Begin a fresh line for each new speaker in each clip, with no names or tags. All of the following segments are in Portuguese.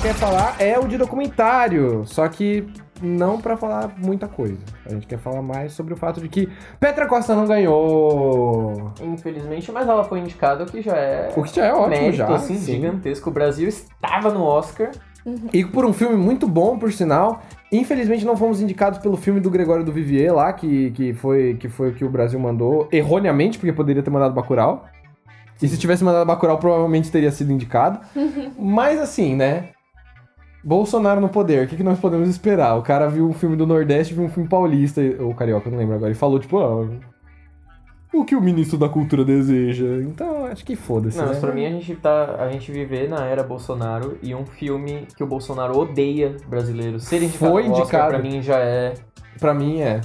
quer falar é o de documentário, só que não pra falar muita coisa. A gente quer falar mais sobre o fato de que Petra Costa não ganhou.
Infelizmente, mas ela foi indicada, o que já é
O que já é ótimo
mérito,
já.
assim,
sim.
gigantesco. O Brasil estava no Oscar.
E por um filme muito bom, por sinal. Infelizmente não fomos indicados pelo filme do Gregório do Vivier lá, que, que, foi, que foi o que o Brasil mandou erroneamente, porque poderia ter mandado Bacurau. E se tivesse mandado Bacurau, provavelmente teria sido indicado. Mas assim, né? Bolsonaro no poder, o que, que nós podemos esperar? O cara viu um filme do Nordeste, viu um filme paulista, ou carioca, eu não lembro agora, e falou, tipo, ah, o que o ministro da cultura deseja. Então, acho que foda-se.
Não,
né?
mas pra mim a gente tá. A gente viver na era Bolsonaro e um filme que o Bolsonaro odeia brasileiro. Ser indicado
Foi
ao Oscar,
indicado.
pra mim já é
pra mim é.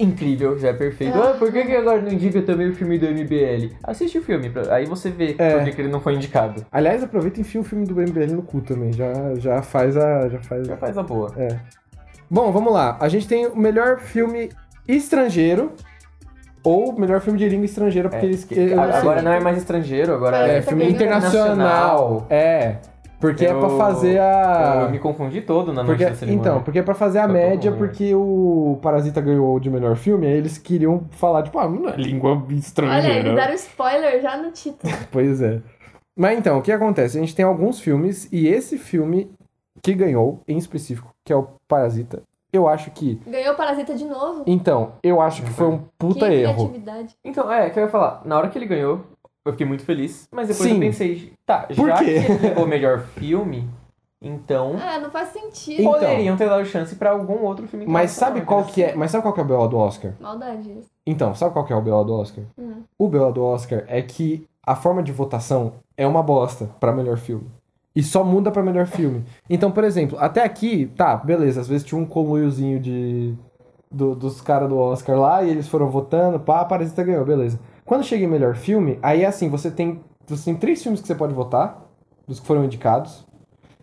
incrível, já é perfeito. Ah, por que, que agora não indica também o filme do MBL? Assiste o filme, pra- aí você vê
É.
por que, que ele não foi indicado.
Aliás, aproveita e enfia o filme do MBL no cu também. Já, já faz a. Já faz...
Já faz a boa.
Bom, vamos lá. A gente tem o melhor filme estrangeiro ou o melhor filme de língua estrangeira, porque eles. assim, eu não sei.
É, Agora não é mais estrangeiro, agora
É,
é.
Ele tá
filme
bem
internacional. É. Porque é
Eu-
pra fazer a.
Eu me confundi todo na noite
Porque,
da cerimônia.
então, porque é pra fazer a
Eu tô
média,
com-
porque o Parasita ganhou de melhor filme, aí eles queriam falar, tipo, ah, não é língua
Olha,
estrangeira.
eles deram spoiler já no título.
Pois é. Mas então, o que acontece? A gente tem alguns filmes e esse filme que ganhou, em específico, que é o Parasita, eu acho que.
Ganhou o Parasita de novo.
Então, eu acho que foi um puta
que
erro.
criatividade.
Então, é, que eu ia falar, na hora que ele ganhou, eu fiquei muito feliz, mas depois
Sim.
eu pensei, tá,
Por
já
quê?
que ele levou o melhor filme, então,
Ah, não faz sentido.
Então.
poderiam ter dado chance pra algum outro filme.
Mas
internacional,
sabe qual que é. Mas sabe qual que é o BO do Oscar?
Maldade isso.
Então, sabe qual que é o BO do Oscar?
Hum.
O BO do Oscar é que a forma de votação é uma bosta pra melhor filme. E só muda pra melhor filme. Então, por exemplo, até aqui, tá, beleza, às vezes tinha um coluiozinho de. do- dos caras do Oscar lá, e eles foram votando, pá, Parasita ganhou, beleza. Quando chega em melhor filme, aí é assim, você tem. Você tem três filmes que você pode votar, dos que foram indicados,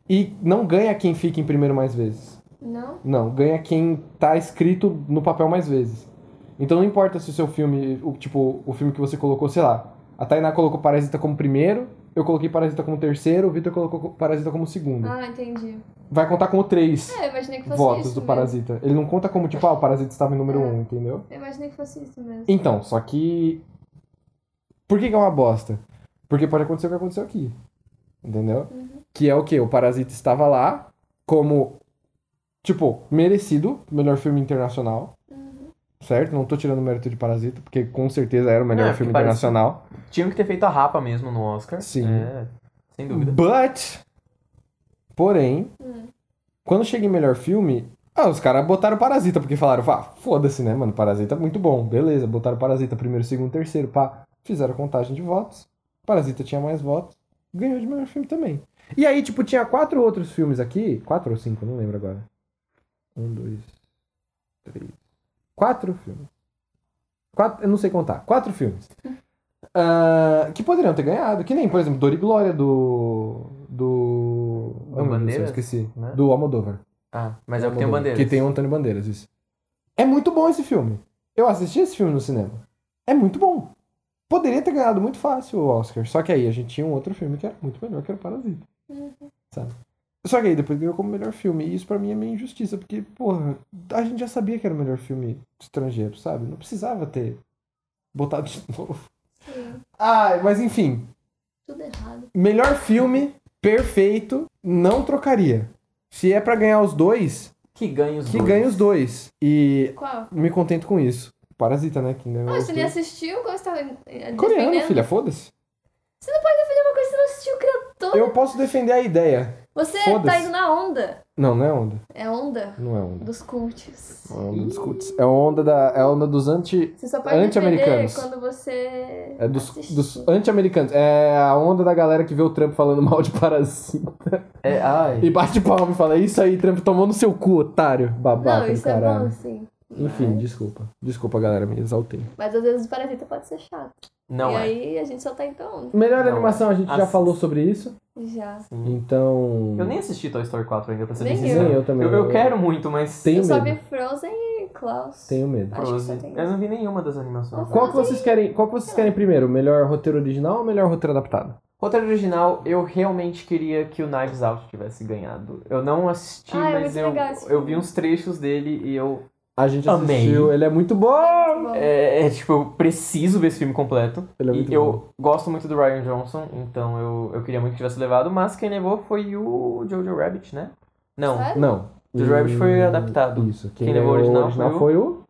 e não ganha quem fica em primeiro mais vezes.
Não?
Não, ganha quem tá escrito no papel mais vezes. Então não importa se o seu filme, o, tipo, o filme que você colocou, sei lá, a Tainá colocou Parasita como primeiro, eu coloquei Parasita como terceiro, o Vitor colocou co- Parasita como segundo.
Ah, entendi.
Vai contar com o três
É, eu imaginei que fosse
votos
isso
do
mesmo.
Parasita. Ele não conta como, tipo, ah, o Parasita estava em número
É.
um, entendeu?
Eu imaginei que fosse isso mesmo.
Então, só que. Por que, que é uma bosta? Porque pode acontecer o que aconteceu aqui. Entendeu? Que é o quê? O Parasita estava lá como, tipo, merecido, melhor filme internacional. Certo? Não tô tirando o mérito de Parasita, porque com certeza era o melhor
Não, é
filme
que parece-
internacional.
Tinham que ter feito a rapa mesmo no Oscar.
Sim. Hum.
É, sem dúvida.
But, porém, quando chega em melhor filme, ah, os caras botaram Parasita, porque falaram, ah, foda-se, né, mano, Parasita é muito bom, beleza, botaram Parasita, primeiro, segundo, terceiro, pá, fizeram contagem de votos, Parasita tinha mais votos, ganhou de melhor filme também. E aí, tipo, tinha quatro outros filmes aqui, quatro ou cinco, não lembro agora. Um, dois, três, quatro filmes. Quatro, eu não sei contar, quatro filmes. Ah, que poderiam ter ganhado. Que nem, por exemplo, Dor e Glória do. Do.
Do
Ah, meu Deus,
Bandeiras,
eu esqueci.
né?
Do Almodóvar.
Ah, mas é o que tem o
Almodóvar,
Bandeiras.
Tá Que tem um o Antônio Bandeiras, isso. É muito bom esse filme. Eu assisti esse filme no cinema. É muito bom. Poderia ter ganhado muito fácil o Oscar. Só que aí a gente tinha um outro filme que era muito melhor, que era o Parasita. Sabe? Só que aí depois ganhou como melhor filme. E isso pra mim é meio injustiça, porque, porra, a gente já sabia que era o melhor filme estrangeiro, sabe? Não precisava ter botado de novo.
Sim,
Ah, mas enfim,
tudo errado.
melhor filme, perfeito, não trocaria. Se é pra ganhar os dois,
Que ganha os
que
dois.
ganhe os dois. E
Qual?
me contento com isso. Parasita, né? Que ganhou
Ah,
os
você nem
dois.
assistiu, gostava.
Coreano,
defendendo.
filha, fodasse.
Você não pode defender uma coisa que você não assistiu, criatura.
Eu posso defender a ideia.
Você tá
Foda-se.
indo na onda.
Não, não é onda.
É onda
Não é onda.
dos cultos.
Não é onda dos cultos. É onda, da, é onda dos anti.
Você só pode defender
Anti-americanos.
quando você.
É dos,
assistir.
dos anti-americanos. É a onda da galera que vê o Trump falando mal de parasita.
É, ai.
E bate palma e fala: "É Isso aí, Trump tomou no seu cu, otário. Babaca
Não,
do
isso é
caralho.
bom, sim.
Enfim, desculpa. Desculpa, galera, me exaltei.
Mas às vezes o parasita pode ser chato.
Não
e
é.
aí a gente só tá em onda.
Melhor
Não,
animação, a gente já
assista.
falou sobre isso.
Já.
Então.
Eu nem assisti Toy Story 4 ainda, pra ser
Nem
bem
eu.
sincero.
Nem eu também.
Eu, eu quero muito, mas...
Tenho
eu só vi
medo.
Frozen e Klaus.
Tenho medo.
Acho que só
Frozen.
tem
Eu não vi nenhuma das animações.
Não
Qual que vocês querem? Qual que vocês querem primeiro? Melhor roteiro original ou melhor roteiro adaptado?
Roteiro original, eu realmente queria que o Knives Out tivesse ganhado. Eu não assisti,
Ah, é
mas
muito
eu,
legal esse
eu vi uns trechos dele e eu.
A gente
Amei.
assistiu, ele é muito bom!
Bom,
É, é, tipo, eu preciso ver esse filme completo.
Ele é muito
e eu
bom.
gosto muito do Ryan Johnson, então eu, eu queria muito que tivesse levado, mas quem levou foi o Jojo Rabbit, né? Não.
sério?
Não.
Jojo Rabbit foi
Hum,
adaptado.
Isso. Quem,
Quem
levou o original,
foi
foi o,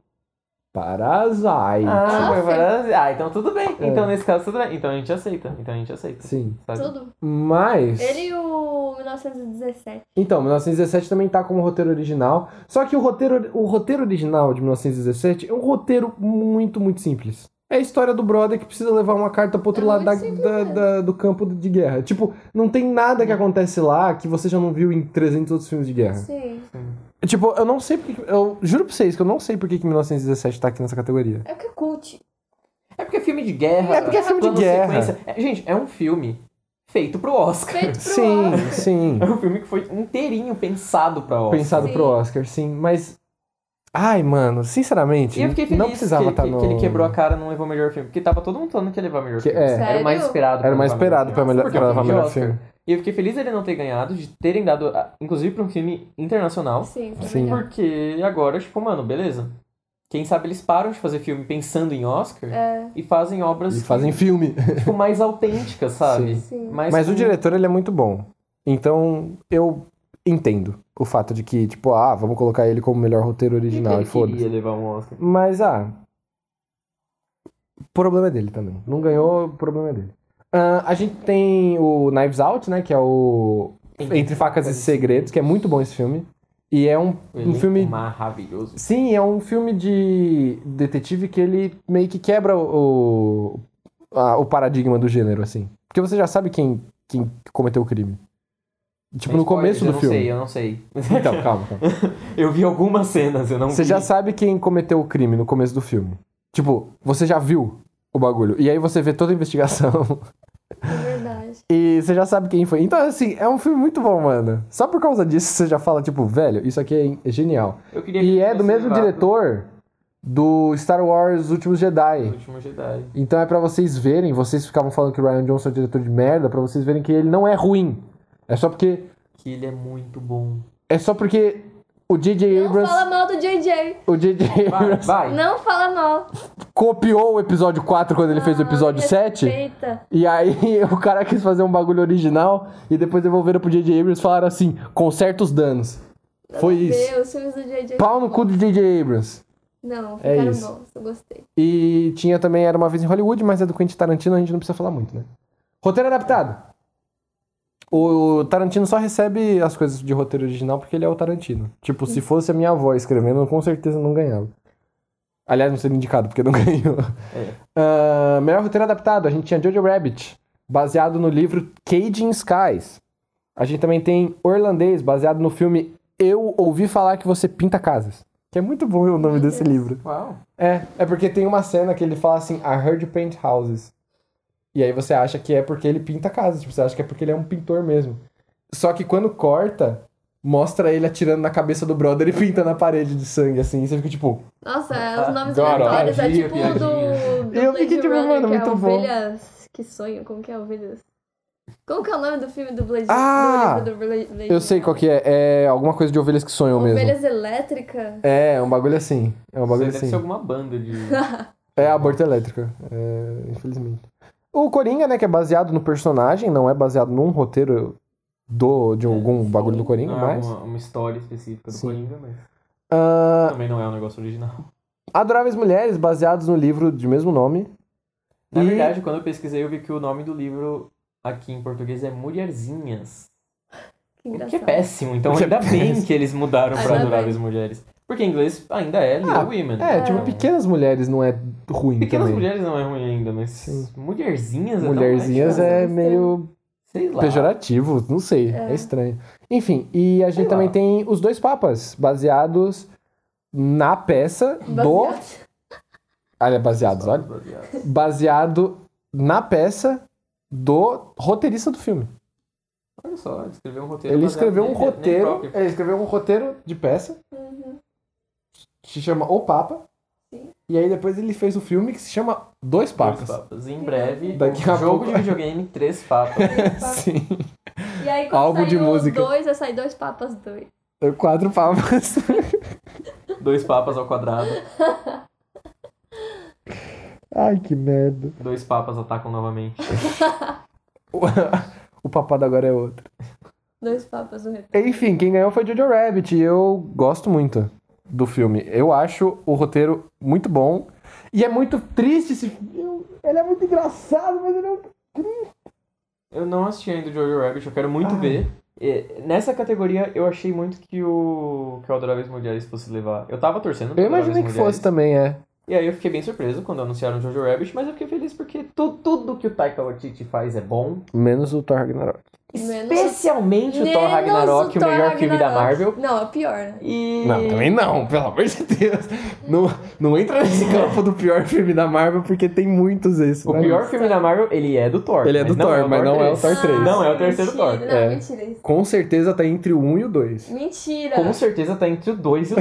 Parasite.
Ah,
Ah,
foi
sim.
várias- ah, então tudo bem.
É.
Então nesse caso tudo bem. Então a gente aceita. Então a gente aceita.
Sim.
sabe?
Tudo.
Mas.
Ele e o 1917.
Então, 1917 também tá como roteiro original. Só que o roteiro, o roteiro original de 1917 é um roteiro muito, muito simples. É a história do brother que precisa levar uma carta pro outro
É
lado da-
muito simples
da-
mesmo.
da- do campo de guerra. Tipo, não tem nada
Uhum.
que acontece lá que você já não viu em 300 outros filmes de guerra.
Sim.
Tipo, eu não sei porque. que- Eu juro pra vocês que eu não sei porque que 1917 tá aqui nessa categoria.
É porque é cult.
É porque é filme de guerra.
É porque é filme de
plano
guerra.
sequência. É, gente, é um filme feito pro Oscar.
Feito pro
Sim,
Oscar.
sim.
É um filme que foi inteirinho pensado pra Oscar.
Pensado
Sim.
pro Oscar, sim. Mas. Ai, mano, sinceramente.
E eu fiquei feliz
não precisava
que,
estar
que-
no.
que ele quebrou a cara e não levou o melhor filme. Porque tava todo mundo falando que ia levar o melhor
Que-
filme.
é.
Era o mais
Sério?
esperado. pra
Era mais
levar o
esperado pra,
Nossa,
melhor,
porque
pra levar
é um filme de
melhor
Oscar.
filme.
E eu fiquei feliz ele não ter ganhado, de terem dado, ah, inclusive pra um filme internacional.
Sim, foi
Sim.
melhor.
Porque agora, tipo, mano, beleza. Quem sabe eles param de fazer filme pensando em Oscar
É,
e fazem obras
E fazem filme.
tipo, mais autênticas, sabe?
Sim.
sim.
Mas,
Mas o
com-
diretor, ele é muito bom. Então, eu entendo o fato de que, tipo, ah, vamos colocar ele como melhor roteiro
quem
original
que
e
ele
foda-se.
queria levar um Oscar.
Mas, ah. O problema é dele também. Não ganhou, o problema é dele. Ah, a gente tem o Knives Out, né? Que é o. Entre Facas e Segredos, que é muito bom esse filme. E é um, um
elenco
filme
maravilhoso.
Sim, é um filme de detetive que ele meio que quebra o, o, a- o paradigma do gênero, assim. Porque você já sabe quem, quem cometeu o crime. Tipo,
Mas
no começo do
spoilers,
filme.
Eu não sei, eu não sei. É um
Então, calma, calma.
Eu vi algumas cenas, eu não
Você
vi.
já sabe quem cometeu o crime no começo do filme. Tipo, você já viu o bagulho. E aí você vê toda a investigação.
É verdade.
e você já sabe quem foi. Então, assim, é um filme muito bom, mano. Só por causa disso você já fala, tipo, velho, isso aqui é genial.
Eu queria que
E é do
tivesse
mesmo
levado
diretor do Star Wars Últimos Jedi.
O último Jedi.
Então é pra vocês verem, vocês ficavam falando que o Ryan Johnson é diretor de merda, pra vocês verem que ele não é ruim. É só porque
Que ele é muito bom.
é só porque o JJ
Não
Abrams,
fala mal do JJ.
o JJ
Vai,
Abrams
vai.
Não fala mal.
copiou o episódio 4 quando ele fez o
Ah,
episódio
me
7.
Respeita.
E aí o cara quis fazer um bagulho original e depois devolveram pro JJ Abrams e falaram assim: "Conserta os danos". Foi
Meu
isso.
Deus, os filmes do JJ.
Pau no cu do JJ Abrams.
Não,
É
ficaram
isso.
bons. Eu gostei.
E tinha também Era uma vez em Hollywood, mas é do Quentin Tarantino, a gente não precisa falar muito, né? Roteiro adaptado. O Tarantino só recebe as coisas de roteiro original porque ele é o Tarantino. Tipo, se fosse a minha avó escrevendo, eu com certeza não ganhava. Aliás, não seria indicado porque não ganhou.
É.
Ah, melhor roteiro adaptado, a gente tinha Jojo Rabbit, baseado no livro Caging Skies. A gente também tem Orlandês, baseado no filme Eu Ouvi Falar Que Você Pinta Casas. Que é muito bom o nome
Meu
desse
Deus.
livro.
Uau.
É, é porque tem uma cena que ele fala assim, I heard you paint houses. E aí você acha que é porque ele pinta casas, tipo, você acha que é porque ele é um pintor mesmo. Só que quando corta, mostra ele atirando na cabeça do brother e pintando a parede de sangue, assim, e você fica tipo,
Nossa, é os nomes
Adoro.
aleatórios é
Piadinha,
tipo
piadinha.
do. do
E eu fiquei
Blade
tipo,
Runner,
mano,
que é
muito bom.
Ovelhas que sonham. Como que é ovelhas? Como que é o nome do filme do Blade
Ah!
do livro do Blade Runner?
eu sei qual que é, é alguma coisa de ovelhas que sonham mesmo.
Ovelhas elétrica?
É, é um bagulho assim, é um
Isso
bagulho
aí deve
assim.
ser alguma banda de...
É aborto elétrico, é, infelizmente. O Coringa, né, que é baseado no personagem, não é baseado num roteiro do, de algum bagulho do Coringa,
Não é
mas...
uma, uma história específica do
Sim.
Coringa, mas
Ah,
também não é um negócio original.
Adoráveis Mulheres, baseados no livro de mesmo nome.
Na
E-
verdade, quando eu pesquisei, eu vi que o nome do livro aqui em português é Mulherzinhas.
Que
O
engraçado.
que é péssimo, então
O que é
ainda bem
péssimo.
que eles mudaram
Tá. Ainda
pra
bem.
Adoráveis Mulheres. Porque em inglês ainda é Little
Ah,
Women.
É, tipo,
Então,
Pequenas Mulheres não é ruim
Pequenas
também.
Mulheres não é ruim ainda, mas
Sim.
Mulherzinhas é
Mulherzinhas
tão mais,
é
estranho.
meio
Sei lá.
pejorativo, não sei, é,
É.
estranho. Enfim, e a gente
lá.
também tem os dois papas, baseados na peça do...
Baseado.
Olha, baseados, olha. Baseado na peça do roteirista do filme.
Olha só, ele escreveu um
Ele
roteiro. baseado
escreveu um
nele, nele
roteiro,
próprio.
ele escreveu um roteiro de peça,
Uhum.
que se chama O Papa,
Sim.
E aí depois ele fez o filme que se chama Dois Papas.
Dois papas. Em breve,
Daqui
um
a
jogo
pouco-
de videogame, três papas.
Sim.
E aí, quando
Álbum
saiu
de música.
dois, vai sair dois papas dois.
É Quatro papas.
dois papas ao quadrado.
Ai, que merda.
Dois papas atacam novamente.
O, o papado agora é outro.
Dois papas no retorno.
Enfim, quem ganhou foi Jojo Rabbit. E eu gosto muito do filme. Eu acho o roteiro muito bom. E é muito triste esse filme. Ele é muito engraçado, mas ele é...
Eu não assisti ainda o Jojo Rabbit, eu quero
Ah.
muito ver. E nessa categoria, eu achei muito que o que o Adoráveis Mulheres fosse levar. Eu tava torcendo pro
Eu imaginei que
Adoráveis Mulheres.
fosse também, é.
E aí eu fiquei bem surpreso quando anunciaram o Jojo Rabbit, mas eu fiquei feliz porque tu- tudo que o Taika Waititi faz é bom.
Menos o Thor Ragnarok.
Menos-
Especialmente o Thor
Menos
Ragnarok, o,
Thor
melhor filme da
Ragnarok.
Marvel.
Não, é o pior, né?
E...
Não, também não, pelo amor de Deus. Não, não entra nesse campo do pior filme da Marvel, porque tem muitos esses.
O
né?
pior filme da Marvel, ele é do Thor.
Ele é do
não
Thor,
o
mas não é o
três.
Thor três.
Não, é o terceiro
Ah, mentira.
Thor.
Não,
É.
mentira isso.
Com certeza tá entre o 1 e o 2.
Mentira.
Com certeza tá entre o 2 e o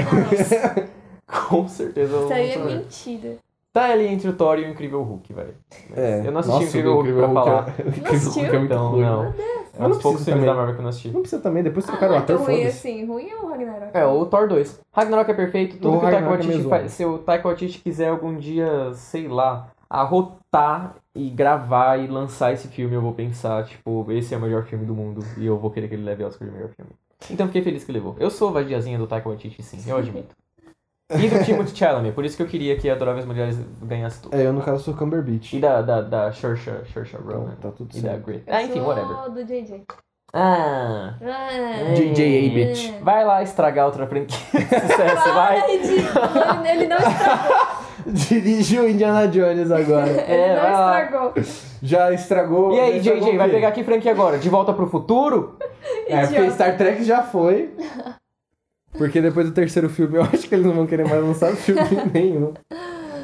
3. Com certeza. eu
Isso aí é
vou saber.
mentira.
Tá ali entre o Thor e o Incrível Hulk, velho. Mas
É.
Eu não assisti
Nossa,
o Incrível Hulk pra
é-
falar.
o Incrível
assistiu?
Hulk é muito
Então,
ruim.
não.
Não
É um dos
preciso
poucos filmes
também.
da Marvel que eu não assisti.
precisa também, depois
Ah,
trocaram o
não é tão
então
ator,
ruim
foda-se.
assim. Ruim é o Ragnarok.
É, o Thor 2. Ragnarok é perfeito, tudo
O
que o Taika
Ragnarok é
Waititi
meio zoado.
faz. Se o Taika Waititi quiser algum dia, sei lá, arrotar e gravar e lançar esse filme, eu vou pensar, tipo, esse é o melhor filme do mundo e eu vou querer que ele leve Oscar de melhor filme. Então fiquei feliz que levou. Eu sou vadiazinha do Taika Waititi, sim, eu admito. E do Timothée Chalamet, por isso que eu queria que Adoráveis Mulheres ganhasse tudo.
É, eu no caso sou Cumberbatch.
E da, da, da Saoirse, Saoirse Ronan.
Então, tá tudo
e da
certo.
Greta. Ah, enfim,
Só
whatever.
do JJ.
Ah...
Ah,
JJ Abrams.
É.
Vai lá estragar outra franquia. Sucesso, vai.
Para, ridículo. Ele ele não estragou.
Dirige o Indiana Jones agora.
Ele
É,
não
vai lá.
estragou.
Já estragou.
E aí,
já estragou
JJ,
o
vai
quê?
pegar que franquia agora? De volta pro futuro?
É, porque
Idiota.
Star Trek já foi. Porque depois do terceiro filme, eu acho que eles não vão querer mais lançar filme nenhum.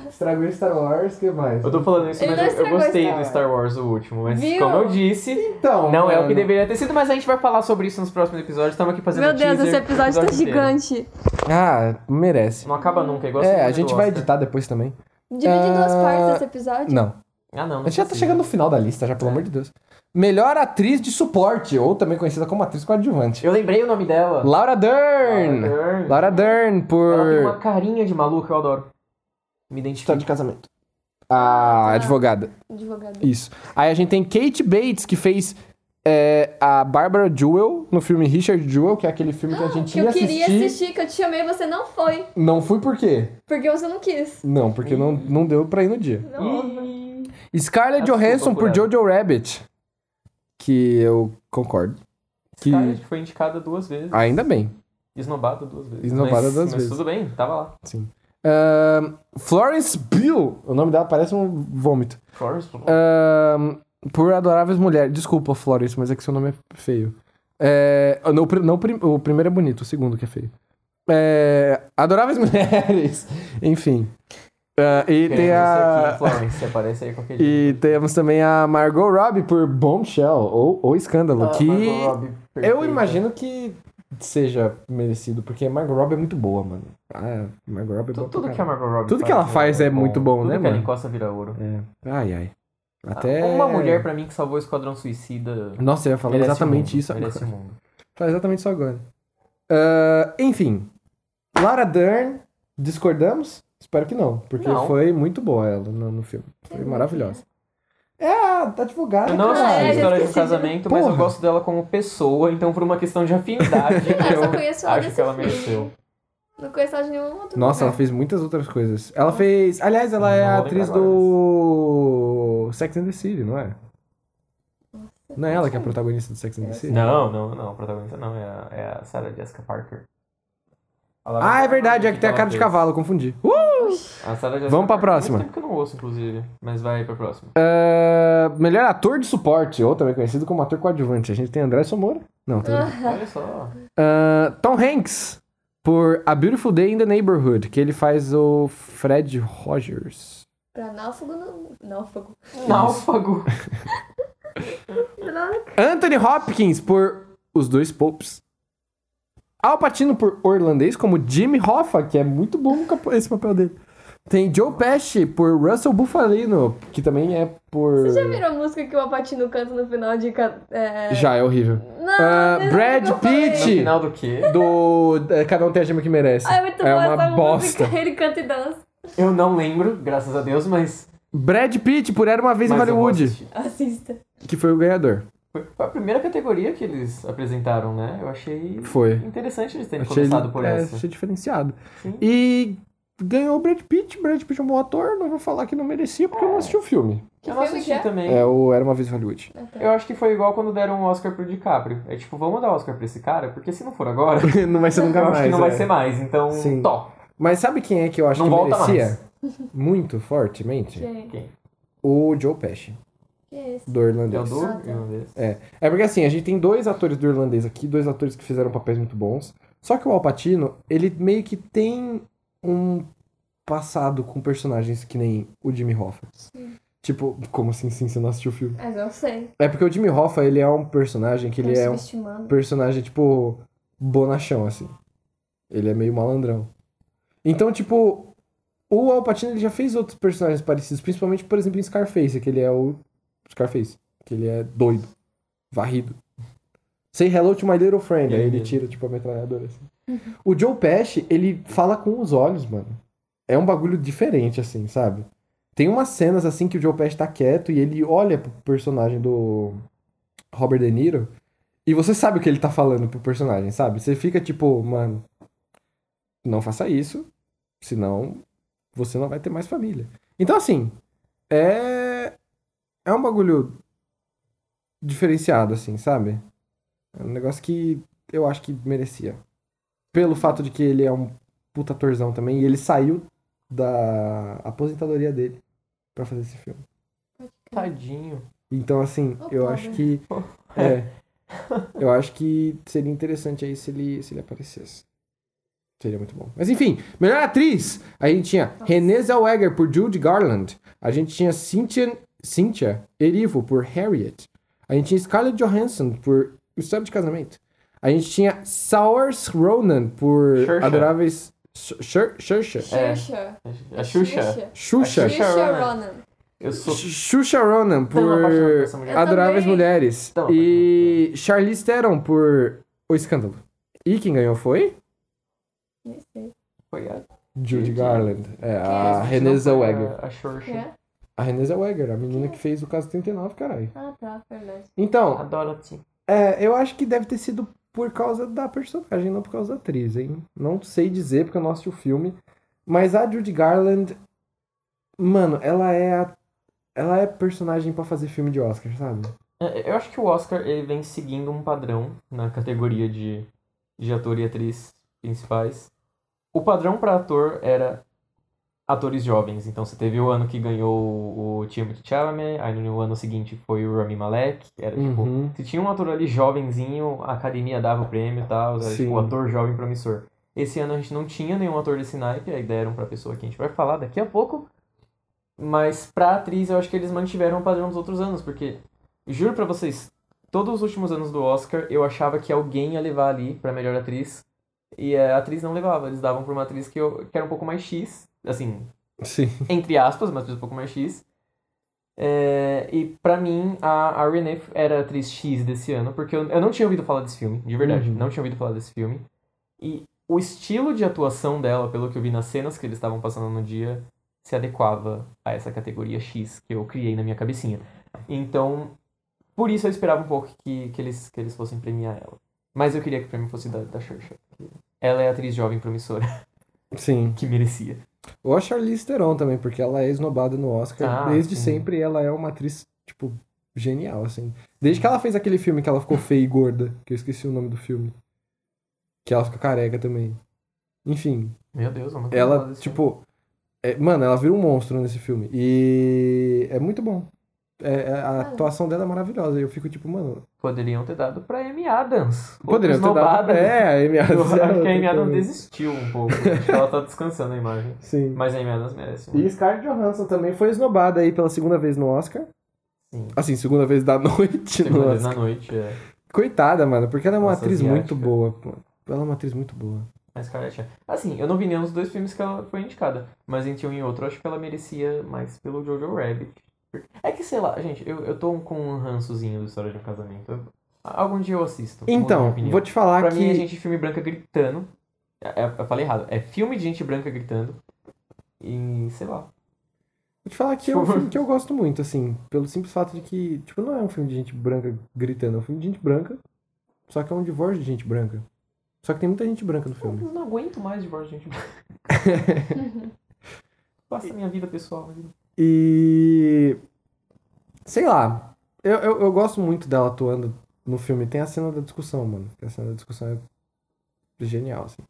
Estragou Star Wars, que mais?
Eu tô falando isso,
Ele não
mas eu, eu
estragou
gostei
Star
do Star Wars, o último. Mas
Viu?
como eu disse,
Então,
não é o que
mano,
deveria ter sido, mas a gente vai falar sobre isso nos próximos episódios. Estamos aqui fazendo
Meu Deus,
teaser
esse
do
episódio tá
inteiro.
gigante.
Ah, merece.
Não acaba nunca, é igual
É,
cerimônia
a
do
gente vai
Oscar.
editar depois também.
Divide em duas
Ah,
partes esse episódio.
Não.
Ah, não.
A gente já tá chegando no final da lista, já, pelo amor de Deus. Melhor atriz de suporte, ou também conhecida como atriz coadjuvante.
Eu lembrei o nome dela.
Laura
Laura
Dern!
Dern.
Laura Dern,
Ela tem uma
por.
carinha de maluca, eu adoro. Me identifico.
História de casamento. A
Ah.
advogada.
Advogado.
Isso. Aí a gente tem Kate Bates, que fez é, a Barbara Jewell no filme Richard Jewell, que é aquele filme que a gente
Ah, Que
ia
eu queria
assistir.
assistir, que eu te chamei, você não foi.
Não fui por quê?
Porque você não quis.
Não, porque não, não deu pra ir no dia.
Não.
Ih,
Scarlett
Desculpa,
Johansson por
procurado.
Jojo Rabbit. Que eu concordo. Que
Scarlett foi indicada duas vezes.
ainda bem.
Esnobada duas vezes.
Esnobada
Mas-
duas
mas
vezes.
tudo bem, tava lá.
Ahn, Florence Bill, o nome dela parece um vômito.
Florence,
Ahn, por Adoráveis Mulheres. Desculpa, Florence, mas é que seu nome é feio. É, não, o pri- não o prim- o primeiro é bonito, o segundo que é feio. É, Adoráveis Mulheres. Enfim. Ah, e
Queremos
tem
é você
a.
aqui, Florence, aparece aí qualquer dia.
E temos também a Margot Robbie por Bombshell, ou, ou Escândalo,
Ah,
que eu imagino que seja merecido, porque Margot Robbie é muito boa, mano. Ah, Margot Robbie é boa pra
Tudo, tudo que a
caralho.
Margot Robbie
Tudo que ela faz é muito bom,
Tudo
né,
que ela
mano?
encosta vira ouro.
É. Ai, ai. Até...
Ah, Uma mulher pra mim que salvou o Esquadrão Suicida.
Nossa, eu ia falar
merece o
exatamente
mundo,
isso agora.
merece o mundo.
Falar exatamente isso agora. Ah, enfim. Lara Dern, discordamos? Espero que não, porque
Não.
foi muito boa ela no, no filme. Foi
Sim.
maravilhosa. É a advogada.
Eu não
cara.
assisti a
é,
história de um
esqueci.
casamento, mas eu
Porra.
gosto dela como pessoa, então por uma questão de afinidade,
Eu Ah, só
eu
conheço ela
acho
desse
que ela
filme.
mereceu.
Não conheço ela de nenhum outro
Nossa, ela
lugar.
fez muitas outras coisas. Ela fez. Aliás, ela é
Não
a
vou
atriz
lembrar agora,
do. Sex and the City, não é? Não é ela que é a protagonista do Sex and the City?
Não, não, não, a protagonista não, é a, é a Sarah Jessica Parker. Ela-
Ah, é verdade, é que tem a
ela
cara de
fez.
cavalo, confundi. Uh!
A Sarah Jessica
Vamos pra
Parker,
próxima.
Faz tempo que eu não ouço, inclusive, mas vai pra próxima.
Ah, melhor ator de suporte, ou também conhecido como ator coadjuvante. A gente tem André Somora. Não, tô brincando.
Olha só.
Ah, Tom Hanks, por A Beautiful Day in the Neighborhood, que ele faz o Fred Rogers.
Pra náufrago, não. Náufrago.
Náufrago.
Anthony Hopkins, por Os Dois Popes. Al Pacino, por Orlandês, como Jimmy Hoffa, que é muito bom com esse papel dele. Tem Joe Pesci por Russell Bufalino, que também é por.
Você já virou a música que o Apatino canta no final de. ca- É...
Já, é horrível.
Não,
Ah,
não é
Brad
isso que eu
Pitt.
No
falei.
final do quê?
Do. é, Cada um tem a gema que merece.
Ah, é muito
é
boa
uma
essa
bosta.
música. Ele canta e dança.
Eu não lembro, graças a Deus, mas.
Brad Pitt por Era uma Vez
mas eu
em Hollywood,
vou assistir.
Assista.
que foi o ganhador.
Foi foi a primeira categoria que eles apresentaram, né? Eu achei
Foi.
interessante eles terem
Achei,
começado por
é,
essa.
achei diferenciado.
Sim.
E ganhou o Brad Pitt. Brad Pitt é um bom ator, não vou falar que não merecia porque eu não assisti o filme.
Que
eu não
filme
assisti
que é?
também.
É o Era uma Vez em Hollywood.
Ah, tá.
Eu acho que foi igual quando deram um Oscar pro DiCaprio. É tipo, vamos dar Oscar pra esse cara, porque se não for agora,
não vai ser nunca
eu
mais.
acho que não
é.
vai ser mais. Então,
Sim.
top.
Mas sabe quem é que eu acho
Não
que
volta
merecia? Muito fortemente?
Quem?
O Joe Pesci,
Que é esse?
do
É o
Irlandês.
do
Ah, tá.
irlandês.
É porque assim, a gente tem dois atores do irlandês aqui, dois atores que fizeram papéis muito bons. Só que o Alpatino, ele meio que tem um passado com personagens que nem o Jimmy Hoffa.
Sim.
Tipo, como assim, sim, você não assistiu o filme?
Mas eu sei.
É porque o Jimmy Hoffa, ele é um personagem que ele
Tão
é um
subestimando.
personagem, tipo, bonachão, assim. Ele é meio malandrão. Então, tipo, o Al Pacino ele já fez outros personagens parecidos, principalmente, por exemplo, em Scarface, que ele é o Scarface, que ele é doido, varrido. Say hello to my little friend, aí
Ele
ele
mesmo.
tira, tipo, a metralhadora, assim. O Joe Pesci, ele fala com os olhos, mano. É um bagulho diferente, assim, sabe? Tem umas cenas, assim, que o Joe Pesci tá quieto e ele olha pro personagem do Robert De Niro e você sabe o que ele tá falando pro personagem, sabe? Você fica tipo, mano, não faça isso, senão você não vai ter mais família. Então, assim, é. É um bagulho diferenciado, assim, sabe? É um negócio que eu acho que merecia. Pelo fato de que ele é um puta atorzão também, e ele saiu da aposentadoria dele pra fazer esse filme.
Tadinho.
Então, assim,
Ô,
eu
pobre.
acho que. É. Eu acho que seria interessante aí se ele, se ele aparecesse. Seria muito bom. Mas enfim, melhor atriz. A gente tinha
Nossa.
Renée Zellweger por Judy Garland. A gente tinha Cynthia, Cynthia Erivo por Harriet. A gente tinha Scarlett Johansson por História de Casamento. A gente tinha Saoirse Ronan por
Saoirse.
Adoráveis... Xer- Xer- Xer-
É.
Xuxa.
A Xuxa.
Xuxa.
Xuxa
Xuxa
Ronan.
Ronan.
Eu sou
Xuxa Ronan
tão apaixonado por
por...
essa mulher.
Eu
Adoráveis
também.
Mulheres.
Então,
e Charlize Theron por O Escândalo. E quem ganhou foi?
Não sei.
Foi a-
Judy
Judy.
Garland. É,
Quem é
a
essa?
Renée
não foi
Zellweger.
A, a Xuxa.
Quem é?
A Renée Zellweger, a menina que fez o caso 39, caralho.
Ah, tá, verdade.
Então,
Adoro assim.
é, eu acho que deve ter sido por causa da personagem, não por causa da atriz, hein? Não sei dizer, porque eu não assisti o filme. Mas a Judy Garland, mano, ela é a... Ela é personagem pra fazer filme de Oscar, sabe?
É, Eu acho que o Oscar ele vem seguindo um padrão na categoria de, de ator e atriz principais. O padrão pra ator era atores jovens. Então você teve o ano que ganhou o Timothée Chalamet, aí no ano seguinte foi o Rami Malek. Era tipo,
Uhum.
se tinha um ator ali jovenzinho, a academia dava o prêmio e tal, era
Sim.
tipo ator jovem promissor. Esse ano a gente não tinha nenhum ator desse naipe, aí deram um pra pessoa que a gente vai falar daqui a pouco. Mas pra atriz eu acho que eles mantiveram o padrão dos outros anos, porque, juro pra vocês, todos os últimos anos do Oscar eu achava que alguém ia levar ali pra melhor atriz, e a atriz não levava, eles davam pra uma atriz que, eu, que era um pouco mais X, assim,
Sim.
entre aspas, mas um pouco mais X. É, e pra mim, a, a Renée era a atriz X desse ano, porque eu, eu não tinha ouvido falar desse filme, de verdade,
Uhum.
não tinha ouvido falar desse filme. E o estilo de atuação dela, pelo que eu vi nas cenas que eles estavam passando no dia, se adequava a essa categoria X que eu criei na minha cabecinha. Então, por isso eu esperava um pouco que, que, eles, que eles fossem premiar ela. Mas eu queria que o prêmio fosse da, da Xuxa. Ela é a atriz jovem promissora,
Sim.
que merecia.
Ou a Charlize Theron também, porque ela é esnobada no Oscar.
Ah,
Desde
sim.
sempre ela é uma atriz, tipo, genial, assim. Desde que ela fez aquele filme que ela ficou feia e gorda, que eu esqueci o nome do filme. Que ela fica careca também. Enfim,
Meu Deus, eu não tinha falado
ela,
desse filme.
tipo... é- mano, ela vira um monstro nesse filme. E é muito bom. É, é- a atuação dela é maravilhosa. E eu fico tipo, mano...
Poderiam ter dado pra Amy Adams. Outra
Poderiam ter dado...
esnobada.
É, a Amy
Eu
Adams. é
acho que
outra
a Amy Adams
também.
desistiu um pouco. Acho que ela tá descansando a imagem.
Sim.
Mas a Amy Adams merece. né?
E Scarlett Johansson também foi esnobada aí pela segunda vez no Oscar.
Sim.
Assim, segunda vez da noite no
Segunda
Oscar.
vez na noite. É.
Coitada, mano, porque ela é uma
Nossa,
atriz
asiática.
muito boa. pô. Ela é uma atriz muito boa.
A Scarlett. Johansson. Assim, eu não vi nenhum dos dois filmes que ela foi indicada. Mas entre um e outro, eu acho que ela merecia mais pelo Jojo Rabbit. É que, sei lá, gente, eu, eu tô com um rançozinho do História de um Casamento. Eu- Algum dia eu assisto. mudo minha
Então,
opinião.
vou te falar
Pra
que.
mim é gente de filme branca gritando. É- é- eu falei errado. É filme de gente branca gritando. E sei lá.
Vou te falar que é um
Tipo-
filme que eu gosto muito, assim, pelo simples fato de que, tipo, não é um filme de gente branca gritando, é um filme de gente branca, só que é um divórcio de gente branca. Só que tem muita gente branca no
Eu
filme.
não aguento mais divórcio de gente branca. Passa minha vida pessoal. né? mas-
E. Sei lá. Eu, eu, eu gosto muito dela atuando no filme. Tem a cena da discussão, mano. que A cena da discussão é genial, assim.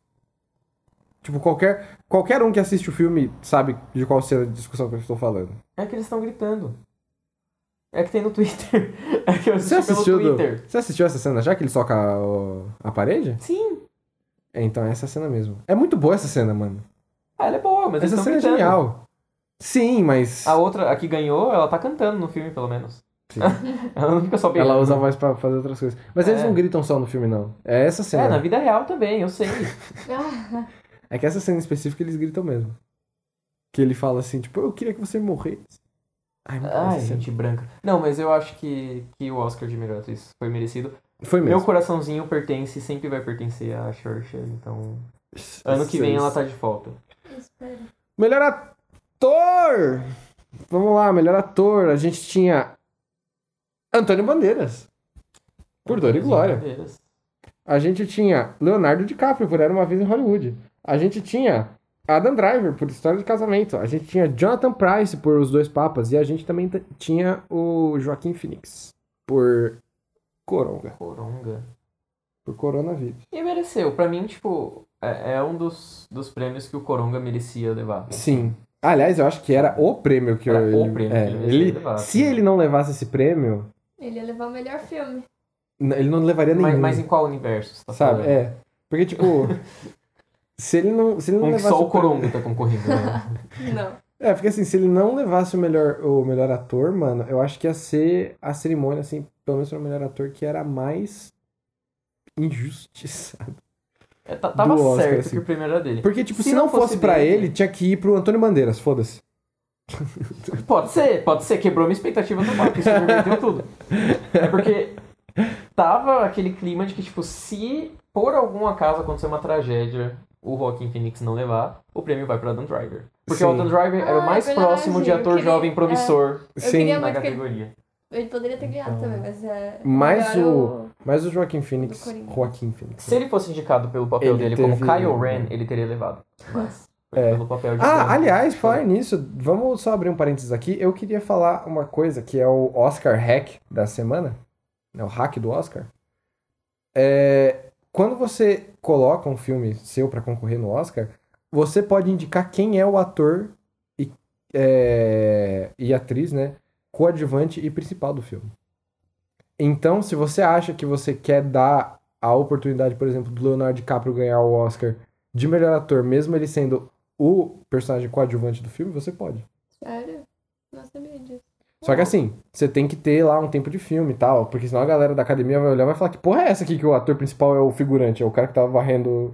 Tipo, qualquer, qualquer um que assiste o filme sabe de qual cena de discussão que eu estou falando.
É que eles estão gritando. É que tem no Twitter. É que eu
Você
assisti pelo
assistiu, do-
Twitter.
você assistiu essa cena já que ele soca o- a parede?
Sim.
É, então é essa cena mesmo. É muito boa essa cena, mano.
Ah, ela é boa, mas
essa
eles estão
cena é
gritando.
genial. Sim, mas.
A outra, a que ganhou, ela tá cantando no filme, pelo menos.
Sim.
Ela não fica só
Ela
berrando.
usa a voz pra fazer outras coisas. Mas eles
É.
não gritam só no filme, não. É essa
É, na
cena.
vida real também, eu sei.
Ah,
É, que essa cena em específico eles gritam mesmo. Que ele fala assim, tipo, eu queria que você morresse. Ai, muito boa
Ai,
essa cena.
gente branca. Não, mas eu acho que, que o Oscar de melhor atriz foi merecido.
Foi mesmo.
Meu coraçãozinho pertence e sempre vai pertencer à Xuxa, então. Ano que
Vocês-
vem ela tá de volta.
espera.
Melhor ator! Vamos lá, melhor ator. A gente tinha. Antônio Bandeiras. Por dor e
Então,
glória.
Bandeiras.
A gente tinha Leonardo DiCaprio por Era Uma Vez em Hollywood. A gente tinha Adam Driver por História de Casamento. A gente tinha Jonathan Price por Os Dois Papas. E a gente também t- tinha o Joaquim Phoenix por Coronga.
Coronga.
Por Coronavírus.
E mereceu. Pra mim, tipo, é, é um dos, dos prêmios que o Coronga merecia levar.
Sim. Aliás, eu acho que era o prêmio que
Era
eu-
o
ele-
prêmio
é,
que ele
ele,
merecia levar. assim.
Se ele não levasse esse prêmio,
Ele ia levar o melhor filme.
n- ele não levaria nenhum.
Mas, mas em qual universo? você Tá
Sabe?
falando?
É. Porque, tipo. se ele não. Se ele não
Um que
levasse
só o
prêmio-
Coronga tá concorrendo. Né?
Não.
É, porque assim, se ele não levasse o melhor, o melhor ator, mano, eu acho que ia ser a cerimônia, assim, pelo menos para o melhor ator, que era a mais injustiça.
É, tá- tava
Do Oscar,
certo
assim.
que o primeiro era dele.
Porque, tipo, se,
Se
não
não
fosse,
fosse
pra
dele-
ele, tinha que ir pro Antônio Bandeiras, foda-se.
Pode ser, pode ser. Quebrou minha expectativa total, porque isso inverteu tudo. É porque tava aquele clima de que, tipo, se por algum acaso acontecer uma tragédia, o Joaquin Phoenix não levar, o prêmio vai pra Adam Driver. Porque
Sim.
o Adam Driver era o
Ah,
mais
é verdade,
próximo de
eu
ator
queria-
jovem promissor
Eu queria
na
muito que ele,
categoria.
ele poderia ter ganhado também, mas é.
Mas
agora
o- Mas o Joaquim Phoenix.
Do Coringa.
Joaquim Phoenix.
Se ele fosse indicado pelo papel
Ele
dele
teve- um-
como Kyle Ren, ele teria levado. Mas
É.
pelo papel de tipo,
Ah,
Adam-
aliás, falar nisso, vamos só abrir um parênteses aqui. Eu queria falar uma coisa que é o Oscar hack da semana, né? O hack do Oscar. É, quando você coloca um filme seu pra concorrer no Oscar, você pode indicar quem é o ator e, é, e atriz, né? Coadjuvante e principal do filme. Então, se você acha que você quer dar a oportunidade, por exemplo, do Leonardo DiCaprio ganhar o Oscar de melhor ator, mesmo ele sendo o personagem coadjuvante do filme, você pode.
Sério? Não sabia disso.
Só que assim, você tem que ter lá um tempo de filme e tal, porque senão a galera da academia vai olhar e vai falar que porra é essa aqui que o ator principal é o figurante, é o cara que tava varrendo,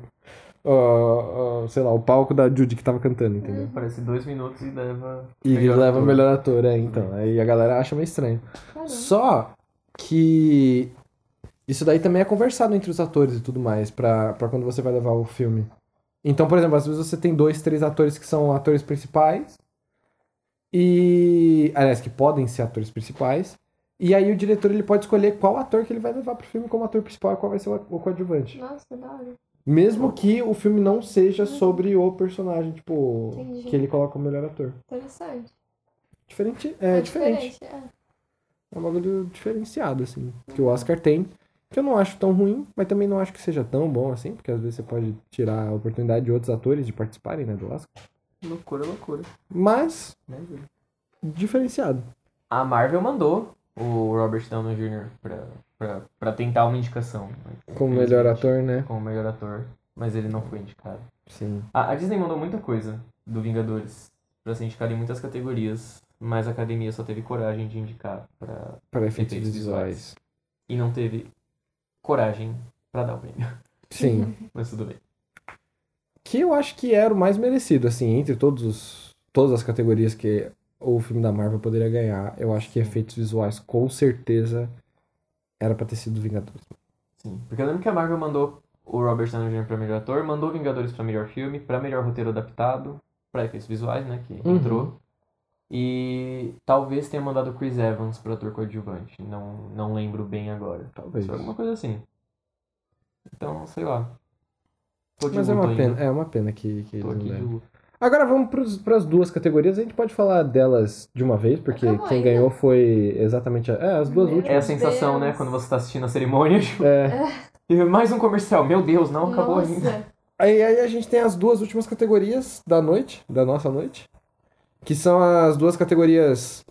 ah, ah, sei lá, o palco da Judy que tava cantando, entendeu?
Parece dois minutos e leva.
E
melhor
leva
ator.
melhor ator, é, então. Aí a galera acha meio estranho.
Caramba.
Só que isso daí também é conversado entre os atores e tudo mais, pra, pra quando você vai levar o filme. Então, por exemplo, às vezes você tem dois, três atores que são atores principais. E. Aliás, que podem ser atores principais. E aí o diretor ele pode escolher qual ator que ele vai levar pro filme como ator principal e qual vai ser o a- o coadjuvante.
Nossa, da hora.
Mesmo que o filme não seja sobre o personagem, tipo,
Entendi.
que ele coloca o melhor ator.
Interessante.
Diferente, é, diferente.
é.
É um bagulho diferenciado, assim, que o Oscar tem. Que eu não acho tão ruim, mas também não acho que seja tão bom assim, porque às vezes você pode tirar a oportunidade de outros atores de participarem, né, do Oscar.
Loucura, loucura.
Mas,
Né, gente?
diferenciado.
A Marvel mandou o Robert Downey Jr. pra, pra, pra tentar uma indicação.
Como melhor ator, né?
Como melhor ator, mas ele não foi indicado.
Sim.
A, a Disney mandou muita coisa do Vingadores pra ser indicado em muitas categorias, mas a academia só teve coragem de indicar pra,
Para efeitos
Efeitos
visuais.
e não teve coragem pra dar o prêmio.
Sim.
Mas tudo bem.
que eu acho que era o mais merecido, assim, entre todos os, todas as categorias que o filme da Marvel poderia ganhar, eu acho que efeitos visuais, com certeza, era pra ter sido Vingadores.
Sim. Porque eu lembro que a Marvel mandou o Robert Downey Jr. pra melhor ator, mandou Vingadores pra melhor filme, pra melhor roteiro adaptado, pra efeitos visuais, né, que
Uhum.
entrou. E talvez tenha mandado o Chris Evans pro ator coadjuvante. Não, não lembro bem agora. Talvez
Talvez.
foi alguma coisa assim. Então, sei lá. Tô de
Mas é
luto
uma
ainda.
pena, é uma pena que, que eles
Tô
não
aqui de
deram.
luto.
Agora vamos para as duas categorias. A gente pode falar delas de uma vez, porque
Acabou
quem
ainda.
ganhou foi exatamente a- é, as duas
Meu
últimas.
É a sensação,
Deus.
né, quando você tá assistindo a cerimônia. tipo,
É.
e Mais um comercial. Meu Deus, não acabou
Nossa.
ainda.
Aí, aí a gente tem as duas últimas categorias da noite, da nossa noite, que são as duas categorias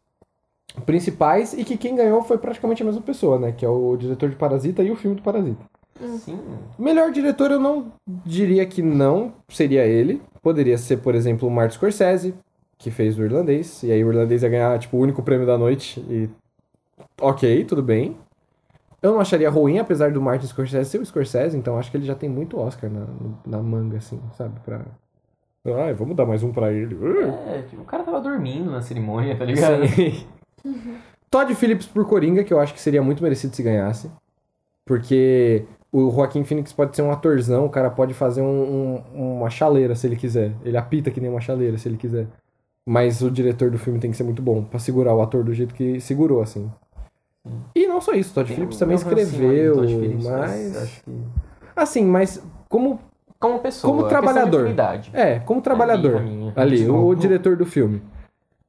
principais e que quem ganhou foi praticamente a mesma pessoa, né? Que é o diretor de Parasita e o filme do Parasita. Hum.
Sim.
Melhor diretor eu não diria que não seria ele. Poderia ser, por exemplo, o Martin Scorsese, que fez o Irlandês. E aí o Irlandês ia ganhar, tipo, o único prêmio da noite. E ok, tudo bem. Eu não acharia ruim, apesar do Martin Scorsese ser o Scorsese. Então acho que ele já tem muito Oscar na, na manga, assim, sabe? Pra... Ai, vamos dar mais um pra ele. Uh!
É, tipo, o cara tava dormindo na cerimônia, tá ligado?
Todd Phillips por Coringa, que eu acho que seria muito merecido se ganhasse. Porque o Joaquim Phoenix pode ser um atorzão, o cara pode fazer um- um- uma chaleira se ele quiser. Ele apita que nem uma chaleira se ele quiser. Mas o diretor do filme tem que ser muito bom pra segurar o ator do jeito que segurou, assim. E não só isso, Todd
Tem
Phillips
um
também
rancinho ali do
escreveu,
Todd Phillips,
mas...
acho que-
Assim, mas como...
Como pessoa.
Como
é questão de
trabalhador.
intimidade.
É, como trabalhador.
Ali, a minha.
Ali, o,
Desculpa.
diretor do filme.